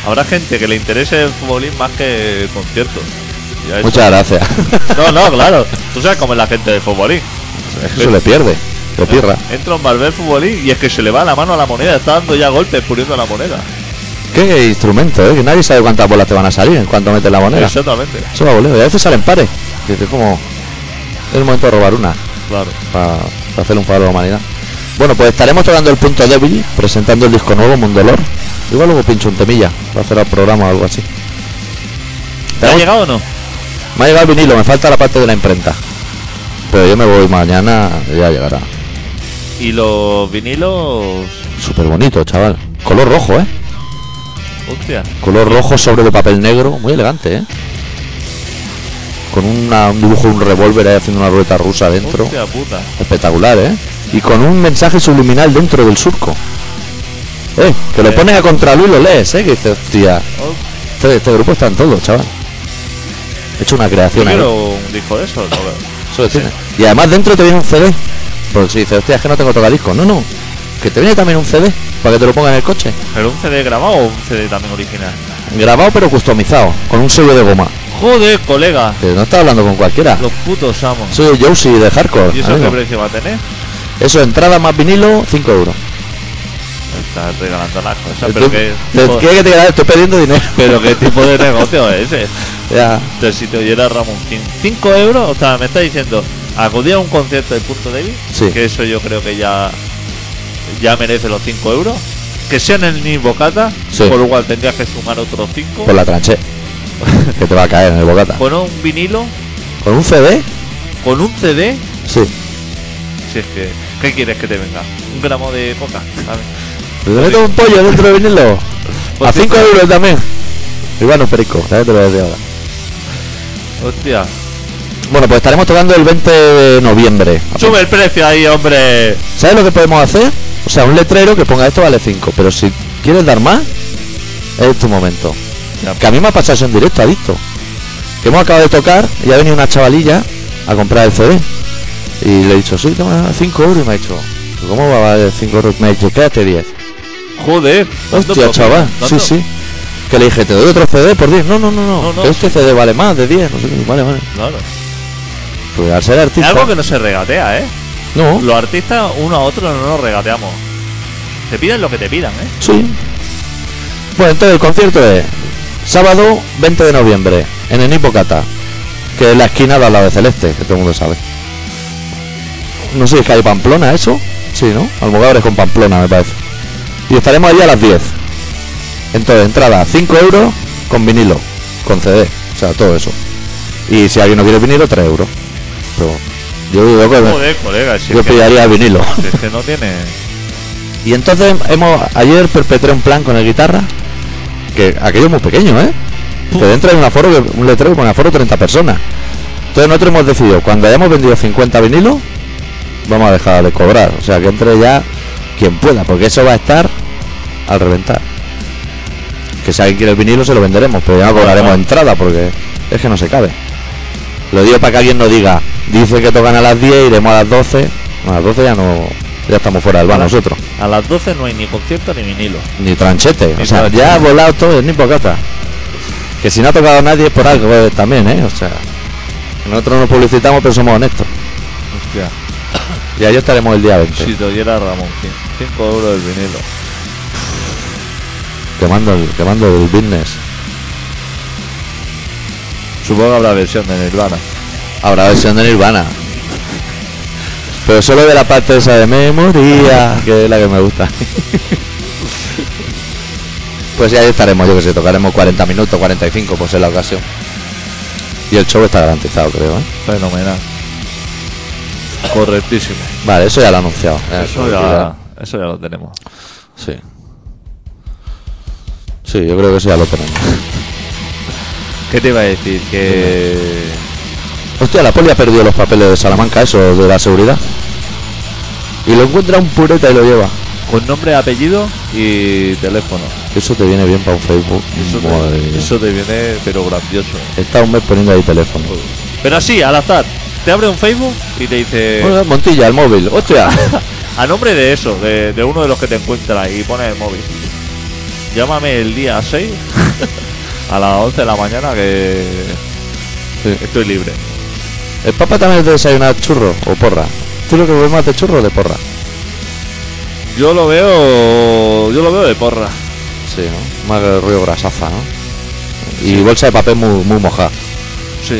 habrá gente que le interese el futbolín más que el concierto. Ya eso-
Muchas gracias.
[LAUGHS] No, no, claro. Tú sabes cómo es la gente del futbolín.
Es que se le pierde, lo pierda.
Entra un barber futbolín y es que se le va la mano a la moneda. Está dando ya golpes puliendo la moneda.
Qué instrumento, ¿eh? Que nadie sabe cuántas bolas te van a salir en cuanto metes la moneda. Eso
Exactamente.
va voleo. Y a veces salen pares. Que es como... Es el momento de robar una
Claro.
para hacer un favor a la humanidad. Bueno, pues estaremos tocando el punto débil, presentando el disco nuevo, Mundolor. Igual luego pincho un temilla para hacer el programa o algo así.
¿Te ha llegado o no?
Me ha llegado el vinilo, me falta la parte de la imprenta. Pero yo me voy mañana, ya llegará.
Y los vinilos.
Súper bonito, chaval. Color rojo, ¿eh?
Hostia.
Color rojo sobre de papel negro, muy elegante, ¿eh? Con una- un dibujo de un revólver ahí haciendo una rueda rusa dentro.
Hostia puta.
Espectacular, ¿eh? Y con un mensaje subliminal dentro del surco. Eh, que lo
Eh.
pones a contraluz y lo lees, ¿eh? Que dices, hostia,
Oh,
este, este grupo está en todo, chaval. He hecho una
Yo
creación ahí. ¿eh?
quiero un disco de esos. ¿no?
Eso lo tiene. Y además dentro te viene un CD. Porque si dices, hostia, es que no tengo tocadiscos. No, no. Que te viene también un CD para que te lo pongas en el coche.
¿Pero un CD grabado o un CD también original?
Grabado pero customizado, con un sello de goma.
Joder, colega.
Que no está hablando con cualquiera.
Los putos amos.
Soy Josie de Hardcore.
¿Y eso
amigo.
qué precio va a tener?
Eso, entrada más vinilo, 5 euros.
Estás regalando las cosas,
El
Ah, pero
tú-
qué,
te-
tipo-
¿qué que te queda? Estoy pidiendo dinero.
[LAUGHS] pero qué tipo de negocio es ese.
[LAUGHS] Ya.
Entonces, si te oyera Ramón King, 5 euros, o sea, me está diciendo, acudí a un concierto de Punto Débil,
Sí.
que eso yo creo que ya, ya merece los 5 euros. Que sean en mi bocata,
Sí.
por lo cual tendrías que sumar otros 5.
Por la tranché. que te va a caer en el bocata.
Con un vinilo,
¿Con un CD?
con un CD,
Sí.
si es que, ¿qué quieres que te venga? Un gramo de coca, ¿sabes?
¿Te meto un pollo dentro de vinilo?
Pues
a
sí,
5
sí.
euros también. Igual no perico, ¿sabes? Te lo decía ahora.
Hostia,
Bueno, pues estaremos tocando el 20 de noviembre.
sube el precio ahí, hombre.
¿Sabes lo que podemos hacer? O sea, un letrero que ponga esto vale 5, pero si quieres dar más, es tu momento.
Ya.
Que a mí me ha pasado eso en directo, adicto. Que hemos acabado de tocar y ha venido una chavalilla a comprar el CD. Y le he dicho, sí, toma 5 euros. Y me ha dicho, "¿Pero ¿cómo va a valer 5 euros? Me ha dicho, quédate 10.
Joder, ¿cuánto
Hostia,
toca?
chaval. Sí,
¿Cuánto?
sí. Que le dije, te doy otro CD por 10. No, no, no, no.
No, no.
que Este CD vale más de 10. No sé qué. Vale, vale.
Claro.
Pues al ser
Es
artista.
algo que no se regatea, ¿eh?
No,
Los artistas uno a otro no nos regateamos. Te piden lo que te pidan, ¿eh?
Sí. Bueno, entonces el concierto es sábado 20 de noviembre en Enipocata, que es la esquina de al lado de Celeste, que todo el mundo sabe. No sé, es que hay Pamplona eso. Sí, ¿no? Almogadores con Pamplona, me parece. Y estaremos allí a las 10. Entonces, entrada 5 euros con vinilo, con CD, o sea, todo eso. Y si alguien no quiere vinilo, 3 euros. Pero yo, yo, creo que-
Joder, colega, si
yo
es que,
pillaría vinilo.
si es que no tiene.
Y entonces hemos ayer perpetré un plan con el guitarra, que aquello es muy pequeño, ¿eh? Que dentro hay un aforo, que- un letrero con aforo 30 personas. Entonces nosotros hemos decidido, cuando hayamos vendido 50 vinilos, vamos a dejar de cobrar. O sea, que entre ya quien pueda, porque eso va a estar al reventar. Que si alguien quiere el vinilo se lo venderemos, pero ya no cobraremos entrada, porque es que no se cabe. Lo digo para que alguien no diga, dice que tocan a las 10, iremos a las 12. A las 12 ya no, ya estamos fuera del bar nosotros.
A las 12 no hay ni concierto ni vinilo.
Ni tranchete,
Ni
o sea,
tranchete.
ya ha volado todo, ni pocata. Que si no ha tocado nadie es por algo eh, también, ¿eh? O sea, nosotros nos publicitamos, pero somos honestos.
Hostia.
Y ahí estaremos el día 20,
Si te oyera Ramón, 5 euros el vinilo.
quemando, el, quemando el business.
Supongo que habrá versión de Nirvana.
Habrá versión de Nirvana. Pero solo de la parte
[LAUGHS]
esa de memoria, que es la que me gusta. Pues ya estaremos, yo que sé, tocaremos 40 minutos, 45, pues es la ocasión. Y el show está garantizado, creo, ¿eh?
Fenomenal. Correctísimo.
Vale, eso ya lo he anunciado. Eh, Ya
Eso
lo he
ya,
anunciado.
eso ya lo tenemos.
Sí. Sí, yo creo que eso ya lo tenemos.
¿Qué te iba a decir? Que.
Hostia, la poli ha perdido los papeles de Salamanca, eso, de la seguridad. Y lo encuentra un pureta y lo lleva.
Con nombre, apellido y teléfono.
Eso te viene bien para un Facebook.
Eso
Madre mía.
te, eso te viene, pero grandioso.
Está un mes poniendo ahí teléfono.
Pero así, al azar. Te abre un Facebook y te dice.
Eh, Bueno, Montilla, el móvil. [LAUGHS] Hostia.
A nombre de eso, de, de uno de los que te encuentras y pones el móvil. Llámame el día 6 [LAUGHS] a las 11 de la mañana que estoy libre.
El papa también desayuna churro o porra. ¿Tú lo que ves más de churro o de porra?
Yo lo veo. Yo lo veo de porra.
Sí, ¿no? Más que ruido grasaza, ¿no? Y bolsa de papel muy, muy mojada.
Sí.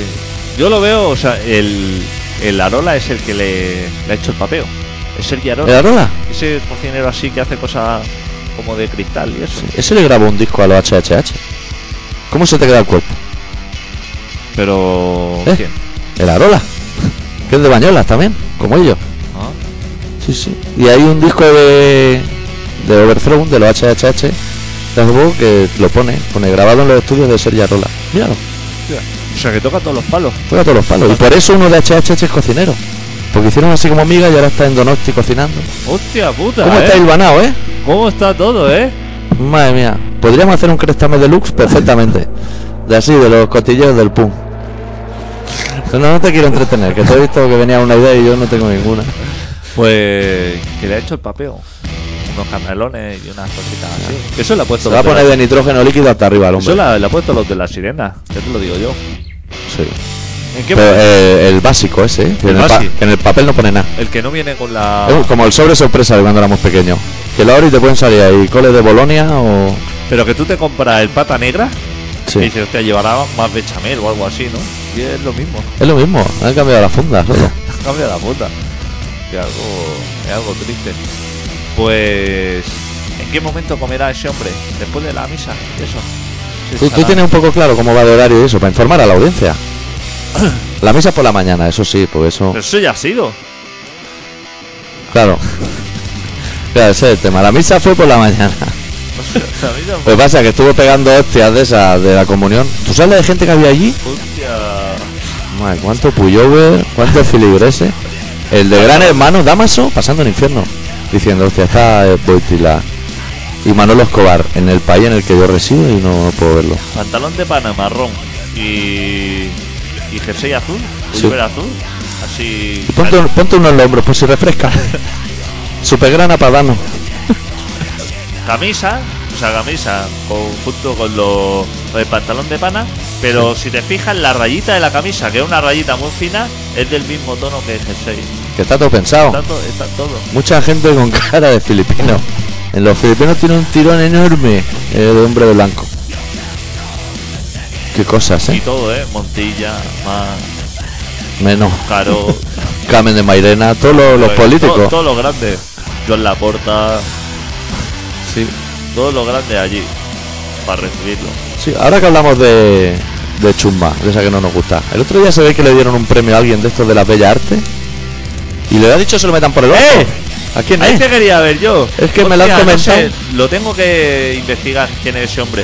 Yo lo veo, o sea, el, el Arola es el que le, le ha hecho el papeo. Es el
¿El
Arola.
Arola?
Ese cocinero así que hace cosas como de cristal y eso.
Ese le grabó un disco a los HHH. ¿Cómo se te queda el cuerpo?
Pero.
¿Eh?
¿Quién?
El Arola. Que es de Bañolas también, como ellos.
Ah,
Sí, sí. Y hay un disco de, de Overthrow, de los HHH, de hace poco que lo pone, pone grabado en los estudios de Sergio Arola. Míralo,
hostia. O sea, que toca todos los palos.
juega todos los palos. Y por eso uno de HHH es cocinero. Porque hicieron así como amiga y ahora está en Donosti cocinando.
Hostia puta,
¿Cómo
¿eh?
está hilvanado, Ah, eh?
¿Cómo está todo, eh?
Madre mía, podríamos hacer un crestame deluxe perfectamente. De así, de los cotilleos del pum. Pero no, no te quiero entretener, que te he visto que venía una idea y yo no tengo ninguna.
Pues que le ha hecho el papeo. Unos canelones y unas cositas así. Eso le ha puesto
Se va a
los de
poner
la-
de nitrógeno líquido hasta arriba al hombre.
Eso la- le ha puesto los de la sirena, ya te lo digo yo.
Sí.
¿En qué
Pero,
momento?
eh, el básico ese, ¿eh? Que
El
en, el pa-
básico. Ah.
que en el papel no pone nada.
El que no viene con la.
Es como el sobre sorpresa de cuando éramos pequeños. Que lo abres y te pueden salir ahí coles de Bolonia o...
Pero que tú te compras el pata negra
Sí.
y dices, hostia, llevará más bechamel o algo así, ¿no? Y es lo mismo. [LAUGHS]
Es lo mismo, han cambiado la funda solo.
Cambia la puta. Que algo, es algo triste. Pues. ¿En qué momento comerá ese hombre? Después de la misa, y eso. Se
¿Tú, tú
estará-
tienes un poco claro cómo va de horario y eso, para informar a la audiencia. La misa por la mañana, eso sí, porque eso...
Pero eso ya ha sido. [LAUGHS]
Claro. Claro, ese es el tema. La misa fue por la mañana.
¿Sabéis?
Lo que pasa es que estuvo pegando hostias de esa, de la comunión. ¿Tú sabes la de gente que había allí?
Hostia.
Madre, cuánto puyover, cuánto filigrese. El de gran hermano Damaso pasando el infierno. Diciendo, hostia, está eh, Boitila. Y Manolo Escobar, en el país en el que yo resido y no puedo verlo.
Pantalón de pana marrón y, y jersey azul,
Sí.
pullover azul, así.
Y ponte, un- ponte uno en los hombros por si
[LAUGHS]
refresca. Supergrana Padano.
Camisa, o sea, camisa con- junto con lo, con el pantalón de pana, pero si te fijas la rayita de la camisa, que es una rayita muy fina, es del mismo tono que el jersey.
Que está todo pensado.
Está, to- está todo.
Mucha gente con cara de filipino. En los filipinos tiene un tirón enorme eh, de hombre de blanco. Qué cosas,
Y
¿eh?
todo, ¿eh? Montilla, más
Menos. [LAUGHS]
caro.
Carmen de Mairena, todos los, los
Pues, todo-
políticos.
Todos los grandes. John Laporta,
Sí,
todos los grandes allí, para recibirlo.
sí. Ahora que hablamos de, de chumba, de esa que no nos gusta. El otro día se ve que le dieron un premio a alguien de estos de las bellas artes. Y le ha dicho se lo metan por el ojo.
¡Eh!
¿A quién
Ahí
es?
te quería ver yo.
Es que me lo han
Hostia, no sé,
comentado.
lo tengo que investigar quién es ese hombre.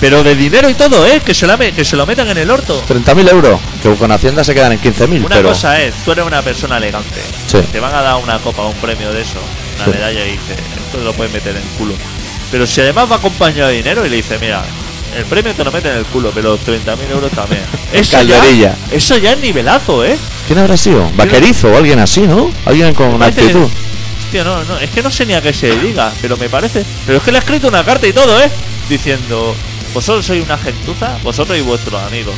Pero de dinero y todo, ¿eh? Que se, la me- que se lo metan en el orto.
30.000 euros, que con Hacienda se quedan en 15.000,
Una
pero...
cosa es, tú eres una persona elegante.
Sí.
Te van a dar una copa, un premio de eso, una
Sí.
medalla y dices, esto te lo puedes meter en el culo. Pero si además va acompañado de dinero y le dice, mira, el premio te lo meten en el culo, pero los 30.000 euros también.
[LAUGHS]
eso, ya,
Calderilla.
eso ya es nivelazo, ¿eh?
¿Quién habrá sido? Vaquerizo o alguien así, ¿no? Alguien con una
Parece que-
actitud.
Hostia, no, no, es que no sé ni a qué se dedica, pero me parece. Pero es que le ha escrito una carta y todo, ¿eh? Diciendo, vosotros sois una gentuza, vosotros y vuestros amigos.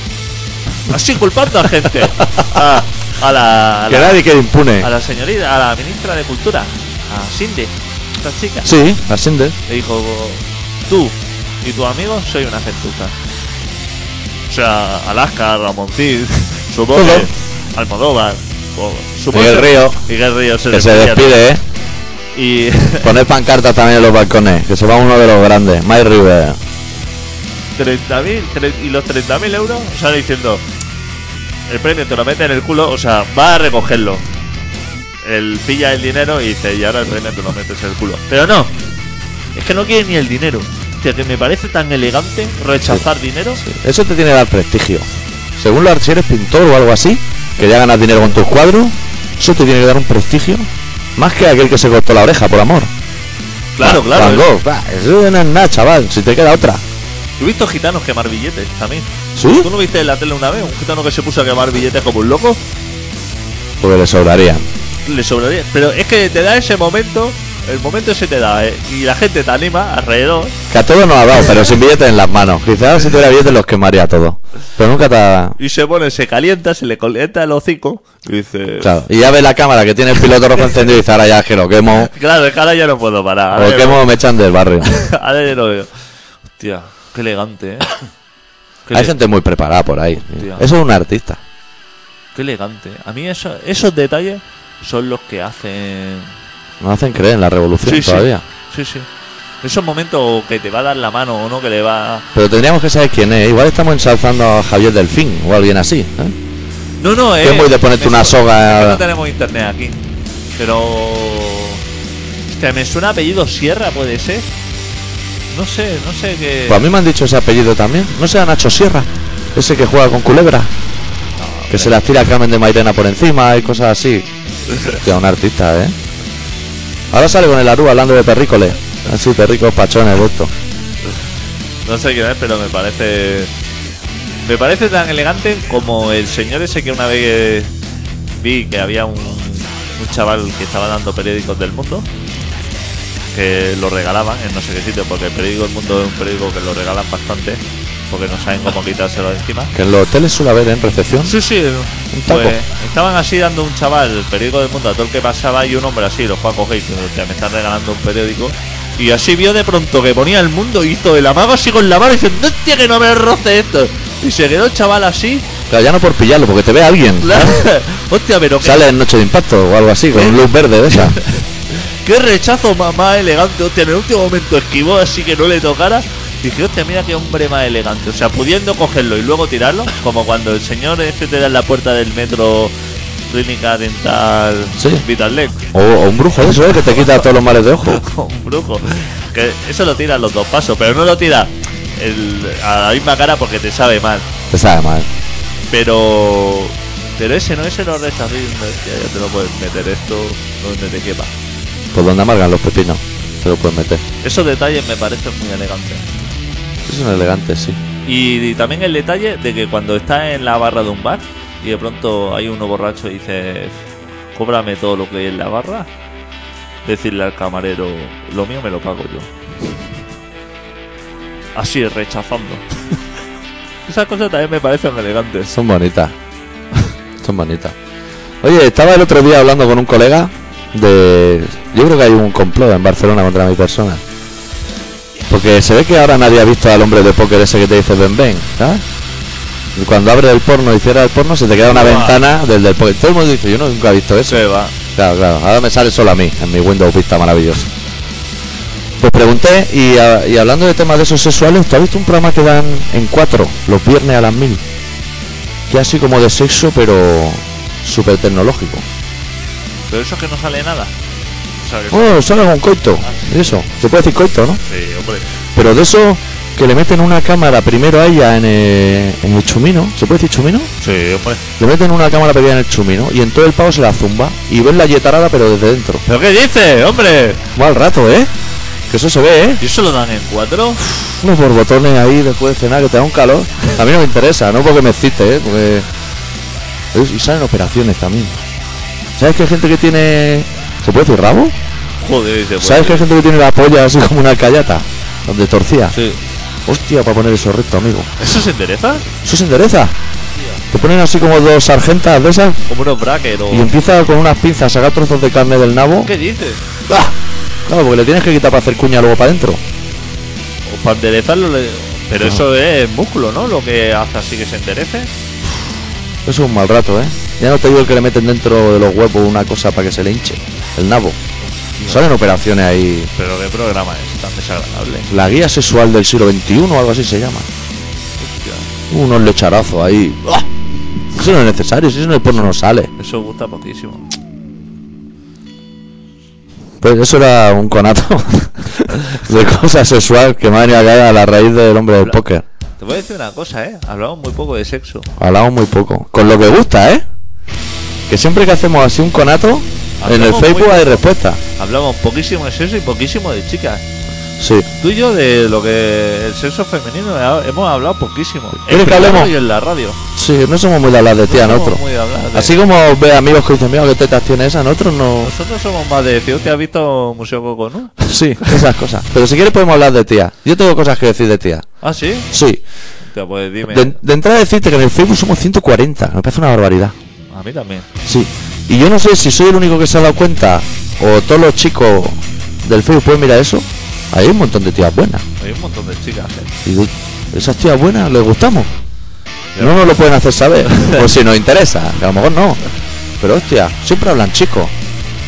Así culpando a gente.
[LAUGHS]
A, a la, a
Que
la,
nadie quede impune.
a la señorita, a la ministra de Cultura, a Cindy, esta chica.
Sí, asciende.
Le dijo, tú y tu amigo soy una gentuza. O sea, Alaska, Ramoncín, [LAUGHS] supongo
Todo.
que Almodóvar, o- supongo
Miguel
que-
Río.
Miguel Río se
Que se
despide, ¿no?
despide, ¿eh?
Y [LAUGHS]
Poner pancartas también en los balcones. Que se va uno de los grandes. Mike River.
30.000 tre- y los 30.000 euros sale diciendo el premio te lo mete en el culo, o sea, va a recogerlo. Él pilla el dinero y dice, y ahora el premio te lo metes en el culo. Pero no, es que no quiere ni el dinero. Tío, que me parece tan elegante rechazar dinero.
Eso te tiene que dar prestigio. Según lo si eres pintor o algo así, que ya ganas dinero con tus cuadros, eso te tiene que dar un prestigio. Más que aquel que se cortó la oreja por amor.
Claro,
Va-
claro.
Van Gogh, va, eso no es nada, chaval, si te queda otra.
Yo he visto gitanos quemar billetes también.
¿Sí?
¿Tú no viste en la tele una vez un gitano que se puso a quemar billetes como un loco?
Porque pues le sobraría.
le sobraría. Pero es que te da ese momento, el momento se te da, eh, y la gente te anima alrededor.
Que a todos nos ha dado, pero sin billetes en las manos. Quizás si tuviera billetes los quemaría todo. Pero nunca te ha
Y se pone, se calienta, se le calienta el hocico, y dice.
Claro. Y ya ves la cámara que tiene el piloto rojo encendido y dice, ahora ya es que lo quemo.
Claro, es que ahora ya no puedo parar.
O
ahora
lo
ya no-
quemo o me echan del
[LAUGHS]
barrio.
ahora ya no veo. Hostia,
[COUGHS]
qué elegante, eh. Qué,
Hay
ele-
gente muy preparada por ahí.
Hostia.
Eso es un artista.
qué elegante. A mí eso, esos detalles son los que hacen.
Nos hacen creer en la revolución
Sí, sí.
todavía.
Sí, sí. Esos momentos que te va a dar la mano o no, que le va.
Pero tendríamos que saber quién es. Igual estamos ensalzando a Javier Delfín o alguien así. ¿eh?
No, no,
Que es muy de ponerte
me
una
su-
soga.
es que no tenemos internet aquí. Pero. Hostia, me suena apellido Sierra, puede ser. No sé, no sé qué.
Pues a mí me han dicho ese apellido también. No sea Nacho Sierra, ese que juega con culebra. Que se las tira a Carmen de Mairena por encima y cosas así. [LAUGHS] Hostia, un artista, ¿eh? Ahora sale con el Aru hablando de perrícoles. Así, perricos pachones, vuelto.
No sé quién es, pero me parece. Me parece tan elegante como el señor ese que una vez vi que había un, un chaval que estaba dando periódicos del mundo que lo regalaban en no sé qué sitio, porque el periódico del mundo es un periódico que lo regalan bastante porque no saben cómo quitárselo de encima.
Que en los hoteles suele haber ¿eh? en recepción.
Sí, sí.
taco.
Pues, estaban así dando un chaval el periódico del mundo a todo el que pasaba y un hombre así lo fue a coger y dijo, "Hostia, me están regalando un periódico. Y así vio de pronto que ponía el mundo y hizo el amago así con la mano y dice, no hostia, que no me roce esto. Y se quedó el chaval así. [LAUGHS]
Claro, ya no por pillarlo, porque te ve alguien. ¿eh?
hostia, pero qué,
Sale en Noche de Impacto o algo así, con luz verde de [LAUGHS] esa.
qué rechazo más, más elegante. Hostia, en el último momento esquivó así que no le tocara. Dije, hostia, mira qué hombre más elegante. O sea, pudiendo cogerlo y luego tirarlo, como cuando el señor este te da en la puerta del metro Clínica Dental
Sí.
Vital Lake.
O, o un brujo de eso, ¿eh? que te quita todos los males de ojo.
un brujo. Que eso lo tira a los dos pasos, pero no lo tira el- a la misma cara porque te sabe mal.
Te sabe mal.
Pero. Pero ese no, ese no resta Ya, ya te lo puedes meter esto donde te quepa.
Por donde amargan los pepinos. Te lo puedes meter.
Esos detalles me parecen muy elegantes.
Es un elegante, sí.
Y, y también el detalle de que cuando estás en la barra de un bar y de pronto hay uno borracho y dice, cóbrame todo lo que hay en la barra, decirle al camarero, lo mío me lo pago yo. [LAUGHS] Así, rechazando. [LAUGHS] Esas cosas también me parecen elegantes.
Son bonitas. [LAUGHS] Son bonitas. Oye, estaba el otro día hablando con un colega de... Yo creo que hay un complot en Barcelona contra mi persona. Porque se ve que ahora nadie ha visto al hombre de póker ese que te dice Ben Ben, ¿sabes? Y Cuando abre el porno y cierra el porno se te queda una
Ah.
ventana del del póker. Todo el mundo dice, yo no- nunca he visto eso.
Se va.
Claro, claro. Ahora me sale solo a mí, en mi Windows Vista maravilloso. Pues pregunté, y, a- y hablando de temas de esos sexuales, ¿tú has visto un programa que dan en cuatro, los viernes a las mil? Que así como de sexo, pero súper tecnológico.
Pero eso es que no sale nada. O sea, que-
Oh, sale con coito. y Eso, se puede decir coito, ¿no?
Sí, hombre.
Pero de eso que le meten una cámara primero a ella en, eh, en el chumino, ¿se puede decir chumino?
Sí, hombre.
Le meten una cámara pegada en el chumino y en todo el pavo se la zumba y ven la yetarada pero desde dentro.
¿Pero qué dices, hombre?
Mal rato, ¿eh? Que eso se ve, ¿eh?
¿Y eso lo dan en cuatro?
unos borbotones ahí después de cenar que te da un calor. A mí no me interesa, no porque me excite, ¿eh? porque... Es- Y salen operaciones también. ¿Sabes que hay gente que tiene... ¿Se puede decir rabo?
Joder, dice. pues,
¿Sabes que hay gente que tiene la polla así como una callata? Donde torcía.
Sí.
Hostia, para poner eso recto, amigo.
¿Eso se interesa?
Eso se endereza. Te ponen así como dos sargentas de esas
Como unos brackets o...
y empieza con unas pinzas a sacar trozos de carne del nabo.
¿Qué dices?
¡Ah! Claro, porque le tienes que quitar para hacer cuña luego para adentro.
O para enderezarlo, le- pero eso es músculo, ¿no? Lo que hace así que se enderece.
Eso es un mal rato, ¿eh? Ya no te digo el que le meten dentro de los huevos una cosa para que se le hinche. El nabo. Salen operaciones ahí.
Pero qué programa es tan desagradable.
La guía sexual del siglo XXI o algo así se llama. unos lecharazos ahí. ¡Uah! Eso no es necesario, si eso en el porno no sale.
Eso gusta poquísimo.
Pues eso era un conato [LAUGHS] de cosas sexual que me ha venido a caer a la raíz del hombre del póker.
Te voy a decir una cosa, ¿eh? Hablamos muy poco de sexo.
Hablamos muy poco. Con lo que gusta, ¿eh? Que siempre que hacemos así un conato, en el
Hablamos
Facebook
muy
hay
poco.
respuesta.
Hablamos poquísimo de sexo y poquísimo de chicas.
Sí.
Tú y yo de lo que el sexo femenino ha- hemos hablado poquísimo.
¿Quieres
En
que
privado
hablemos?
Y en la radio.
Sí, no somos muy de hablar de tía en
somos
otro.
muy de hablar de-
Así como ve amigos que dicen, mira, qué tetas tiene esa, en otros no.
Nosotros somos más de decir, ¿te has visto Museo Coco, no?
Sí, esas cosas. Pero si quieres podemos hablar de tía. Yo tengo cosas que decir de tía.
Ah, sí.
Sí.
Hostia, pues dime.
De, de entrada decirte que en el Facebook somos 140. Me parece una barbaridad.
A mí también.
Sí. Y yo no sé si soy el único que se ha dado cuenta o todos los chicos del Facebook pueden mirar eso. Ahí Hay un montón de tías buenas.
Hay un montón de chicas. ¿eh?
Y digo, esas tías buenas les gustamos.
Ya.
No nos lo pueden hacer
[LAUGHS]
saber, por si nos interesa, que a lo mejor no. Pero hostia, siempre hablan chicos.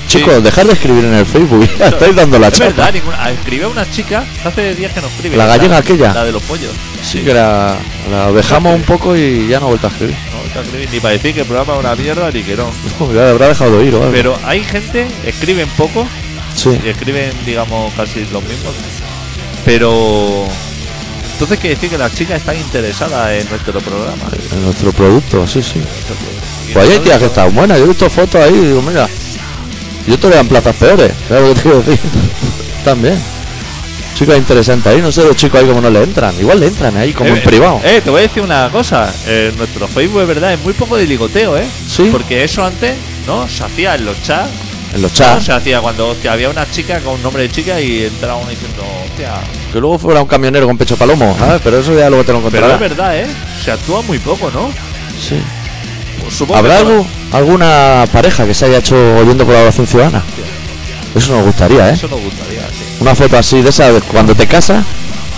Sí.
Chicos, dejar de escribir en el Facebook, [LAUGHS] ya estáis dando la
Es verdad,
chapa.
ninguna... ah, escribió una chica hace días que no escribe.
La gallega aquella.
La de los pollos.
Sí, que la, la dejamos un poco y ya no ha vuelto a escribir. [LAUGHS]
No, está escribiendo ni para decir que el programa es una mierda ni que no.
Ya habrá dejado de ir o algo.
Pero hay gente, escriben poco
sí.
y escriben, digamos, casi los mismos. Pero. Entonces quiere decir que las chicas están interesadas en nuestro programa.
En nuestro producto, sí, sí.
Y
Pues hay
nosotros-
tías que están buenas, yo he visto fotos ahí y digo, mira, yo te veo en plazas peores, [LAUGHS] ¿sabes lo que te quiero decir? También. Chicas interesantes ahí, no sé los chicos ahí como no le entran, igual le entran ahí como
Eh,
en privado.
Eh, te voy a decir una cosa. Eh, nuestro Facebook, es verdad, es muy poco de ligoteo, ¿eh?
Sí.
Porque eso antes, ¿no? Se hacía en los chats.
en los
¿no?
chats.
Se hacía cuando hostia, había una chica con un nombre de chica y entraba uno diciendo, hostia.
Que luego fuera un camionero con pecho palomo, ¿sabes? Pero eso ya luego te lo
Pero es
encontrarás.
verdad, ¿eh? Se actúa muy poco, ¿no?
Sí.
Pues supongo
¿Habrá
que-
algo- alguna pareja que se haya hecho oyendo colaboración ciudadana? Eso nos gustaría, ¿eh?
Eso nos gustaría, sí.
Una foto así de esa, de cuando te casas,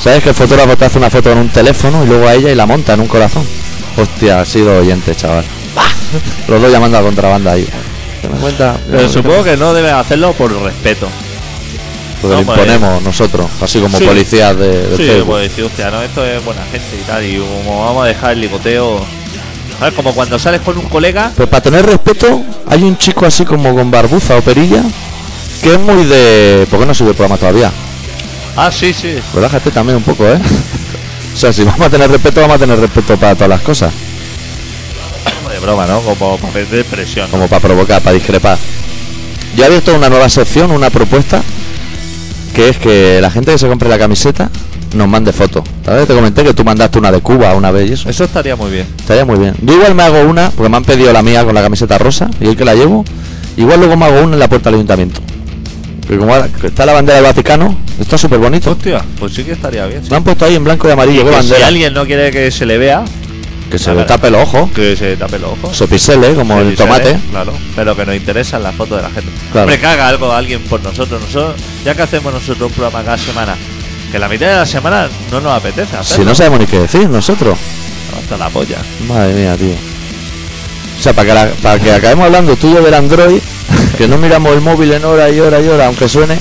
¿sabes que el fotógrafo te hace una foto en un teléfono y luego a ella y la monta en un corazón? Hostia, ha sido oyente, chaval. Los dos llamando a contrabanda ahí. ¿Te das cuenta?
Pero supongo que no deben hacerlo por respeto.
Porque
no,
lo
pues-
imponemos nosotros, así como
Sí.
policías de, de
Sí,
Facebook.
pues decir, hostia, no, esto es buena gente y tal. Y como vamos a dejar el ligoteo. ¿Sabes? Como cuando sales con un colega.
Pues para tener respeto, hay un chico así como con barbuza o perilla, que es muy de... ¿Por qué no sube el programa todavía?
Ah, sí, sí.
Relájate también un poco, ¿eh? [LAUGHS] O sea, si vamos a tener respeto, vamos a tener respeto para todas las cosas.
Como de broma, ¿no? Como para perder presión.
como para provocar, para discrepar. Yo he abierto una nueva sección, una propuesta, que es que la gente que se compre la camiseta nos mande fotos. Tal vez te comenté que tú mandaste una de Cuba una vez y eso.
Eso estaría muy bien.
Estaría muy bien. Yo igual me hago una, porque me han pedido la mía con la camiseta rosa, y el que la llevo, igual luego me hago una en la puerta del ayuntamiento. Porque como ahora- que está la bandera del Vaticano, está súper bonito.
Hostia, pues sí que estaría bien. sí.
Me han puesto ahí en blanco y amarillo, qué
Que si
bandera.
alguien no quiere que se le vea,
Que se
A
le
ver.
tape los ojos,
que se tape los ojos.
se pisele como
Que
el
se le-
tomate.
Claro. Pero que nos interesan las fotos de la gente.
Claro.
Hombre, que haga algo alguien por nosotros. Nosotros, ya que hacemos nosotros un programa cada semana, que la mitad de la semana no nos apetece
Si
hacerlo.
no sabemos ni qué decir nosotros.
Hasta la polla.
Madre mía, tío. O sea, para que, la- para que acabemos hablando tú y yo del Android, [LAUGHS] que no miramos el móvil en hora y hora y hora, aunque suene.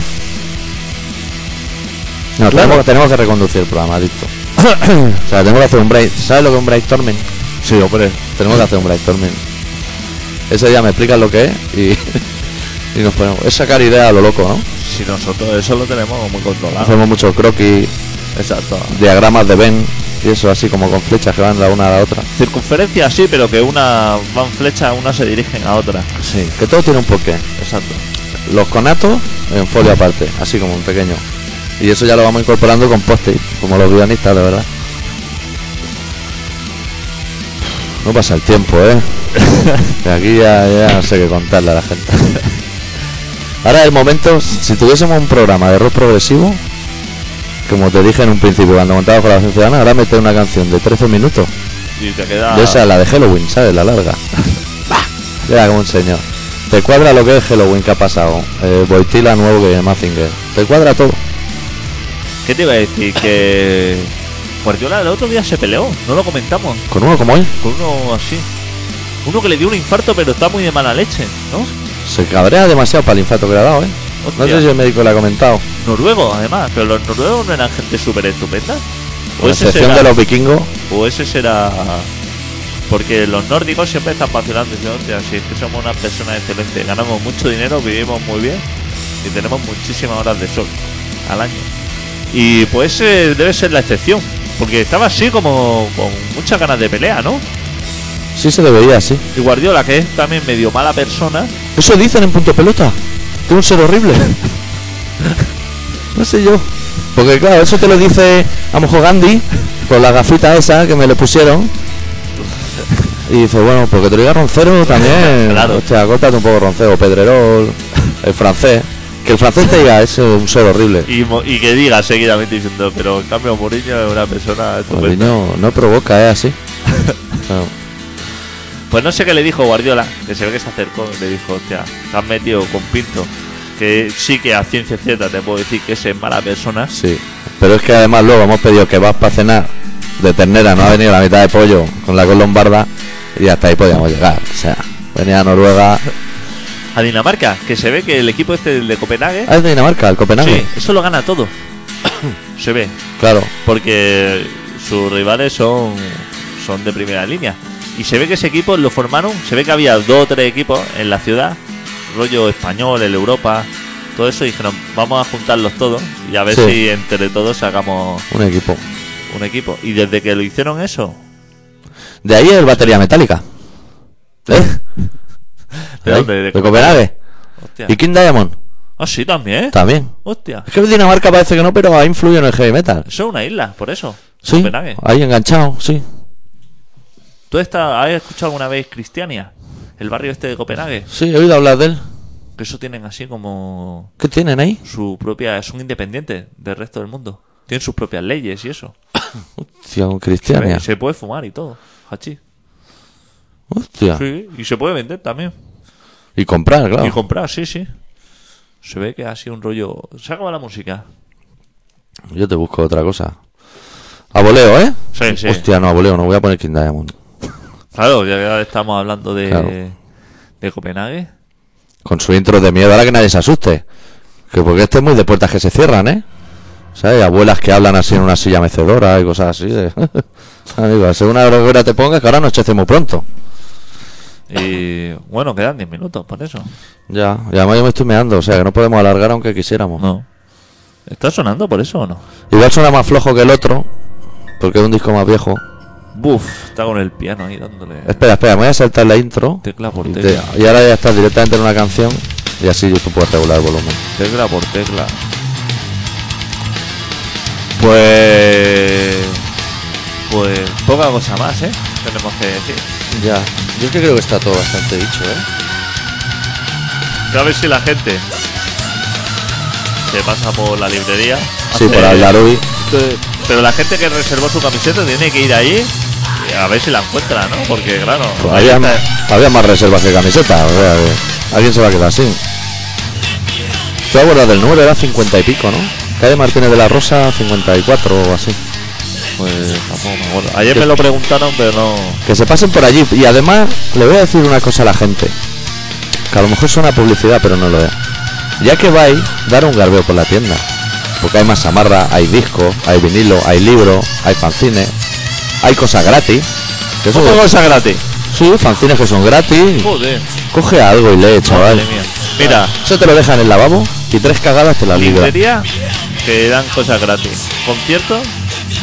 No, tenemos, tenemos que reconducir el programa, adicto.
[COUGHS]
o sea, tenemos que hacer un break. ¿Sabes lo que es un brainstorming?
Sí, hombre.
Tenemos que hacer un brainstorming. Ese día me explicas lo que es y, y [LAUGHS] nos ponemos. Es sacar ideas a lo loco, ¿no?
Si nosotros eso lo tenemos muy controlado.
Hacemos muchos croquis,
Exacto.
diagramas de Venn y eso así como con flechas que van la una a la otra.
Circunferencia sí, pero que una van flechas, una se dirigen a otra.
Sí, que todo tiene un porqué. [LAUGHS]
Exacto.
los conatos en folio aparte, así como un pequeño. Y eso ya lo vamos incorporando con post como los guionistas, de verdad. No pasa el tiempo, ¿eh? De aquí ya, ya no sé qué contarle a la gente. [LAUGHS] Ahora es el momento, si tuviésemos un programa de rock progresivo, como te dije en un principio cuando montaba con la ciudadana, ahora meter una canción de 13 minutos,
Y te queda.
de esa, la de Halloween, ¿sabes? La
[LAUGHS]
larga. Era como un señor. Te cuadra lo que es Halloween que ha pasado. Eh, Boitila nuevo que Mazinger. Te cuadra todo.
¿Qué te iba a decir? Que. Guardiola el otro día se peleó, no lo comentamos.
Con uno como él,
Con uno así. Uno que le dio un infarto, pero está muy de mala leche, ¿no?
se cabrea demasiado para el infarto que le ha dado, ¿eh? No
Hostia.
sé si el médico le ha comentado.
Noruego, además. Pero los noruegos no eran gente súper estupenda.
Con
Pues ese
excepción de
será-
los vikingos,
O ese será. Porque los nórdicos siempre están vacilando y dicen, "Hostia, si es que somos unas personas excelentes, ganamos mucho dinero, vivimos muy bien y tenemos muchísimas horas de sol al año. Y pues eh, debe ser la excepción, porque estaba así como con muchas ganas de pelea, ¿no?
sí se debería, sí.
Y Guardiola, que es también medio mala persona,
Eso dicen en punto pelota. Que un ser horrible. no sé yo. Porque claro, eso te lo dice a lo mejor Gandhi con la gafita esa que me le pusieron. Y dice, bueno, porque te lo diga Roncero también.
[LAUGHS] Claro.
Hostia, córtate un poco Roncero, Pedrerol, el francés. Que el francés te diga, es un ser horrible.
y, mo- y que diga seguidamente diciendo, pero en cambio Mourinho es una persona estupenda".
Mourinho no provoca, es
[LAUGHS]
así. Claro.
Pues no sé qué le dijo Guardiola, que se ve que se acercó y le dijo, hostia, te has metido con Pinto, que sí que a ciencia cierta te puedo decir que ese es mala persona.
Sí, pero es que además luego hemos pedido que vas para cenar de ternera, no ha venido la mitad de pollo con la col lombarda y hasta ahí podíamos llegar. O sea, venía a Noruega,
A Dinamarca, que se ve que el equipo este de Copenhague,
ah, es de Dinamarca, el Copenhague,
sí, eso lo gana
[COUGHS]
todo. se ve,
claro.
porque sus rivales son, son de primera línea. Y se ve que ese equipo lo formaron, se ve que había dos o tres equipos en la ciudad, rollo español, el Europa, todo eso, y dijeron, vamos a juntarlos todos y a ver
Sí.
si entre todos sacamos
Un equipo.
un equipo. Y desde que lo hicieron eso,
De ahí es batería metálica. ¿Eh?
¿De
ahí,
dónde? ¿De
de Copenhague.
hostia.
Y King Diamond,
Ah, sí, también, ¿eh?
también.
Hostia,
Es que Dinamarca parece que no, pero ha influido en el heavy metal.
eso es una isla, por eso.
Sí, Ah.
Copenhague.
ahí enganchado, sí.
¿Tú esta- has escuchado alguna vez Cristiania? El barrio este de Copenhague.
Sí, he oído hablar de él.
Que eso tienen así como
¿Qué tienen ahí?
su propia. Son independientes del resto del mundo. Tienen sus propias leyes y eso.
Hostia, un Cristiania.
Se puede fumar y todo. Hachís.
Hostia.
Sí, y se puede vender también.
Y comprar, claro.
Y comprar, sí, sí. Se ve que ha sido un rollo. Se acaba la música.
Yo te busco otra cosa. A voleo, ¿eh?
Sí, sí.
Hostia, no, a voleo, no voy a poner King Diamond.
Claro, ya que estamos hablando de.
Claro.
de Copenhague.
Con su intro de miedo, ahora que nadie se asuste. Que porque este es muy de puertas que se cierran, ¿eh? ¿Sabes? Abuelas que hablan así en una silla mecedora y cosas así. De... [LAUGHS] Amigo, según una hoguera te pongas, que ahora anochece muy pronto.
Y bueno, quedan 10 minutos, por eso.
Ya, y además yo me estoy meando, o sea que no podemos alargar aunque quisiéramos.
No. ¿Está sonando por eso o no?
Igual suena más flojo que el otro, porque es un disco más viejo.
Buf, está con el piano ahí dándole
Espera, espera, me voy a saltar la intro.
tecla por
Y, te-
tecla.
y ahora ya estás directamente en una canción y así tú puedes regular el volumen.
Tecla por tecla. Pues. Pues poca cosa más, ¿eh? Tenemos que decir.
Ya, yo es que creo que está todo bastante dicho, ¿eh?
A ver si la gente se pasa por la librería.
Sí,
hace-
por Aldarobi.
Pero la gente que reservó su camiseta tiene que ir ahí y a ver si la encuentra, ¿no? Porque, claro.
Pues
ahí
había,
está-
había más reservas que camisetas, o sea que alguien se va a quedar sin. ¿Te acuerdas del número? Era 50 y pico, ¿no? Calle Martínez de la Rosa, 54 o así.
Pues tampoco me acuerdo. Ayer me lo preguntaron, pero no.
Que se pasen por allí. Y además, le voy a decir una cosa a la gente. Que a lo mejor suena a publicidad, pero no lo es. Ya que vais, dar un garbeo por la tienda. Porque hay más amarra, hay disco, hay vinilo, hay libro, hay fanzines, hay cosas gratis. Que eso-
cosa gratis?
Sí, fanzines que son gratis.
Joder,
Coge algo y lee, chaval.
madre mía. Mira,
Eso te lo dejan en el lavabo y tres cagadas te la libra.
librería que dan cosas gratis. Conciertos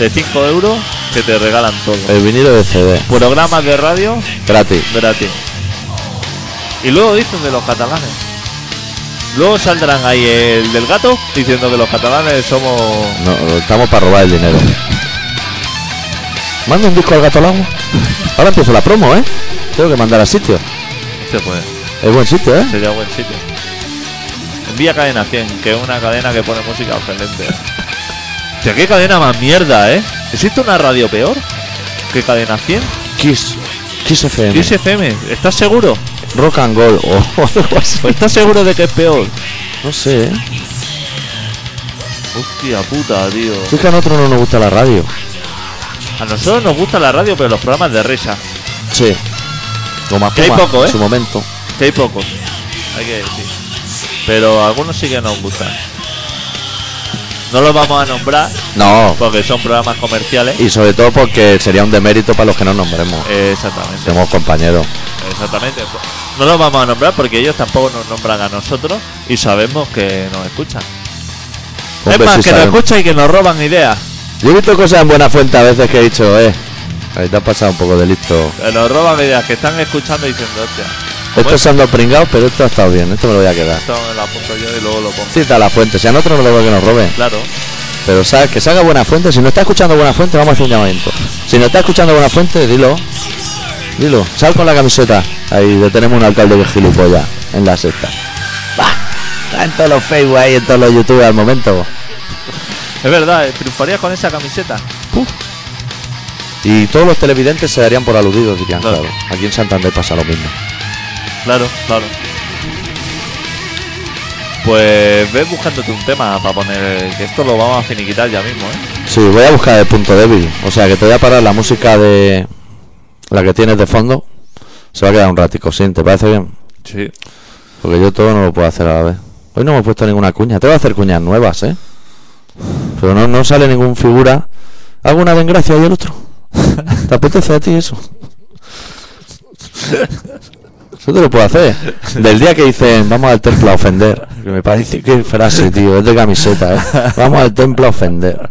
de 5 euros que te regalan todo.
El vinilo de CD,
Programas de radio
gratis.
gratis. Y luego dicen de los catalanes. Luego saldrán ahí el del gato diciendo que los catalanes somos.
No, estamos para robar el dinero. Manda un disco al gato al agua. Ahora empiezo la promo, ¿eh? Tengo que mandar a sitio.
Se puede,
Es buen sitio, ¿eh?
sería buen sitio. Envía cadena 100, que es una cadena que pone música excelente. Hostia, qué cadena más mierda, ¿eh? ¿Existe una radio peor que cadena 100?
Kiss. Kiss FM.
Kiss FM, ¿estás seguro?
Rock and Gold. o [LAUGHS] algo así.
Pues ¿Estás seguro de que es peor?
No sé, ¿eh?
Hostia puta, tío.
Es que a nosotros no nos gusta la radio.
A nosotros nos gusta la radio, pero los programas de risa.
Sí. Como
Que hay
Akuma,
poco, ¿eh?
En su momento.
Que hay pocos, hay que decir. Pero algunos sí que nos gustan. No los vamos a nombrar
No,
porque son programas comerciales.
y sobre todo porque sería un demérito para los que no nombremos.
Eh, Exactamente.
Somos compañeros.
Exactamente. No los vamos a nombrar porque ellos tampoco nos nombran a nosotros y sabemos que nos escuchan. es
Hombre,
más,
sí
que nos
sabemos.
escuchan y que nos roban ideas.
Yo he visto cosas en buena fuente a veces que he dicho, eh, ahí te has pasado un poco de listo.
Que nos roban ideas, que están escuchando y diciendo, hostia. como
Estos son los pringados, pero esto ha estado bien, esto me lo voy a quedar.
esto me lo apunto yo y luego lo pongo.
Cita a la fuente, si a nosotros no lo veo que nos roben.
Claro.
Pero sabes que salga buena fuente, si no está escuchando buena fuente, vamos a hacer un llamamiento. Si no está escuchando buena fuente, dilo. Dilo, sal con la camiseta. Ahí detenemos un alcalde que es gilipollas en la sexta. Bah, está en todos los Facebook ahí, en todos los YouTube al momento.
Es verdad, eh, triunfarías con esa camiseta.
Puf. Y todos los televidentes se darían por aludidos, dirían,
Claro.
claro. Aquí en Santander pasa lo mismo.
Claro, claro. Pues ve buscándote un tema para poner. Que esto lo vamos a finiquitar ya mismo, ¿eh?
Sí, voy a buscar el punto débil. O sea, que te voy a parar la música de. La que tienes de fondo. Se va a quedar un ratico, sí, ¿te parece bien?
[LAUGHS] Sí.
Porque yo todo no lo puedo hacer a la vez. Hoy no me he puesto ninguna cuña. Te voy a hacer cuñas nuevas, ¿eh? Pero no, no sale ningún figura. Hago una desgracia y el otro. ¿Te apetece a ti eso? Eso te lo puedo hacer. Del día que dicen, vamos al templo a ofender. Que me parece que frase, tío. Es de camiseta, ¿eh? Vamos al templo a ofender.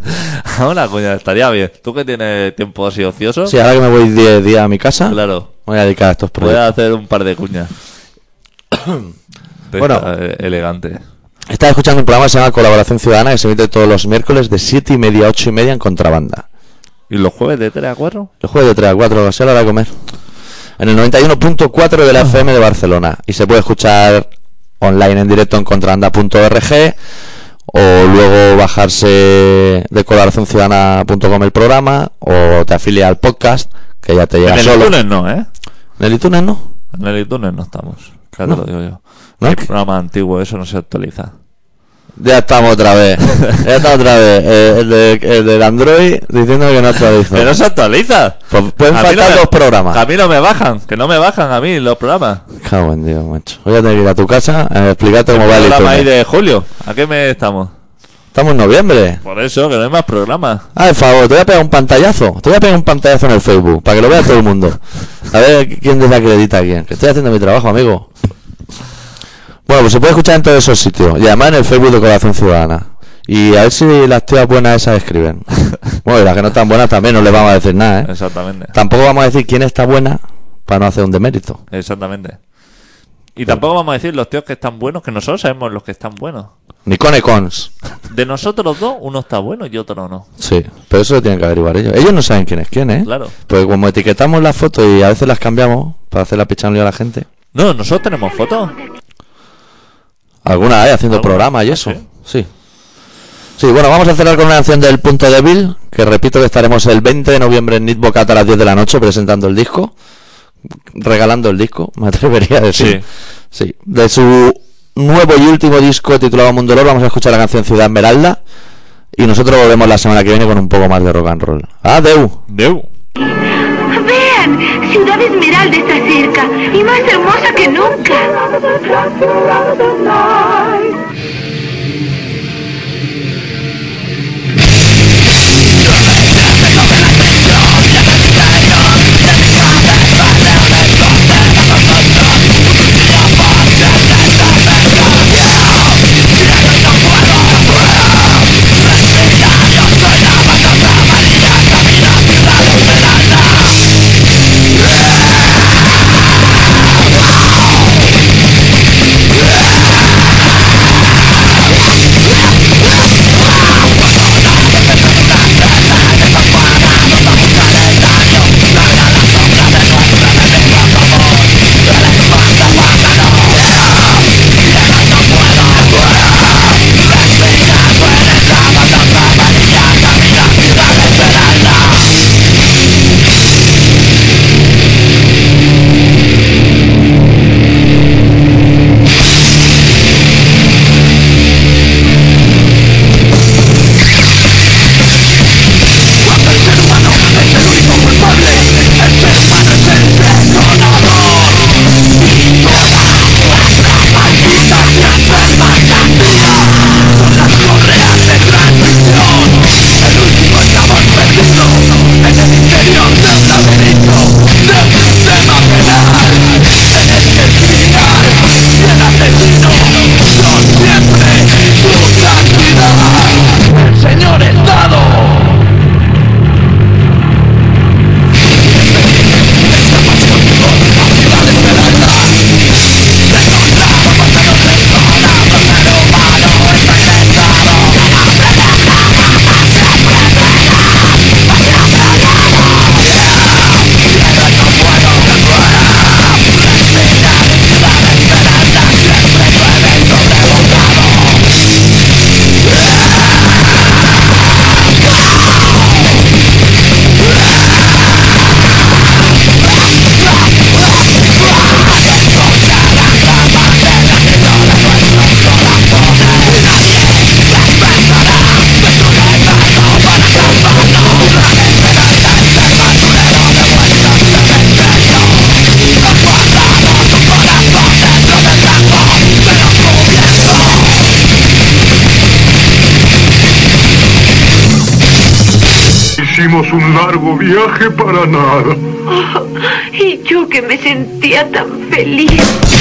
Ahora, coña, estaría bien. Tú que tienes tiempo así ocioso.
Sí, ahora que me voy 10 días a mi casa, me
Claro.
voy a dedicar a estos
Puedes
proyectos.
hacer un par de cuñas.
[COUGHS] Bueno.
Está, eh, elegante.
Estaba escuchando un programa que se llama Colaboración Ciudadana que se emite todos los miércoles de 7 y media a 8 y media en contrabanda.
¿Y los jueves de 3 a 4?
Los jueves de 3 a 4, se hora de comer. En el 91.4 de la FM de Barcelona. Y se puede escuchar online en directo en contrabanda.org o luego bajarse de colaboracionciudadana.com el programa o te afilia al podcast que ya te llega
En el
solo.
iTunes no, ¿eh?
En el iTunes no.
En el iTunes no estamos. Ya te
No.
lo digo yo.
¿No?
Hay programa antiguo, eso no se actualiza.
Ya estamos otra vez. [LAUGHS] Ya estamos otra vez. Eh, el, de- el del Android diciendo que no actualiza.
¡Pero se actualiza!
Pues pueden
A mí no
faltar
me-
dos
Que A
programas.
mí no me bajan, que no me bajan a mí los programas.
Cago en Dios, macho. Voy a tener que ir a tu casa a explicarte cómo va el
programa ahí
iTunes.
de julio. ¿A qué mes estamos?
Estamos en noviembre.
Por eso, que no hay más programas.
Ah, por favor, te voy a pegar un pantallazo. Te voy a pegar un pantallazo en el Facebook para que lo vea todo el mundo. A ver quién desacredita a quién. Que estoy haciendo mi trabajo, amigo. Bueno, pues se puede escuchar en todos esos sitios. Y además en el Facebook de Corazón Ciudadana. Y a ver si las tías buenas esas escriben. [LAUGHS] Bueno, y las que no están buenas también no les vamos a decir nada, ¿eh?
Exactamente.
Tampoco vamos a decir quién está buena para no hacer un demérito.
Exactamente. Y tampoco vamos a decir los tíos que están buenos, que nosotros sabemos los que están buenos.
Ni con Econs.
De nosotros los dos, uno está bueno y otro no.
Sí, pero eso lo tienen que averiguar ellos. Ellos no saben quién es quién, ¿eh?
Claro.
Porque como etiquetamos las fotos y a veces las cambiamos para hacer la pichanlía a la gente.
No, nosotros tenemos fotos.
Alguna vez haciendo
¿Alguna?
programas y
Ah,
eso.
sí.
Sí. Sí, bueno, vamos a cerrar con una canción del Punto Débil, que repito que estaremos el 20 de noviembre en Nitbocat a las 10 de la noche presentando el disco, regalando el disco, me atrevería a decir. Sí. De su nuevo y último disco titulado Mundo Lor, vamos a escuchar la canción Ciudad Esmeralda y nosotros volvemos la semana que viene con un poco más de rock and roll. ¡Adeu!
Deu.
Vean, Ciudad Esmeralda está cerca y más hermosa que nunca.
Esmeralda, Hicimos un largo viaje para nada.
Oh, y yo que me sentía tan feliz.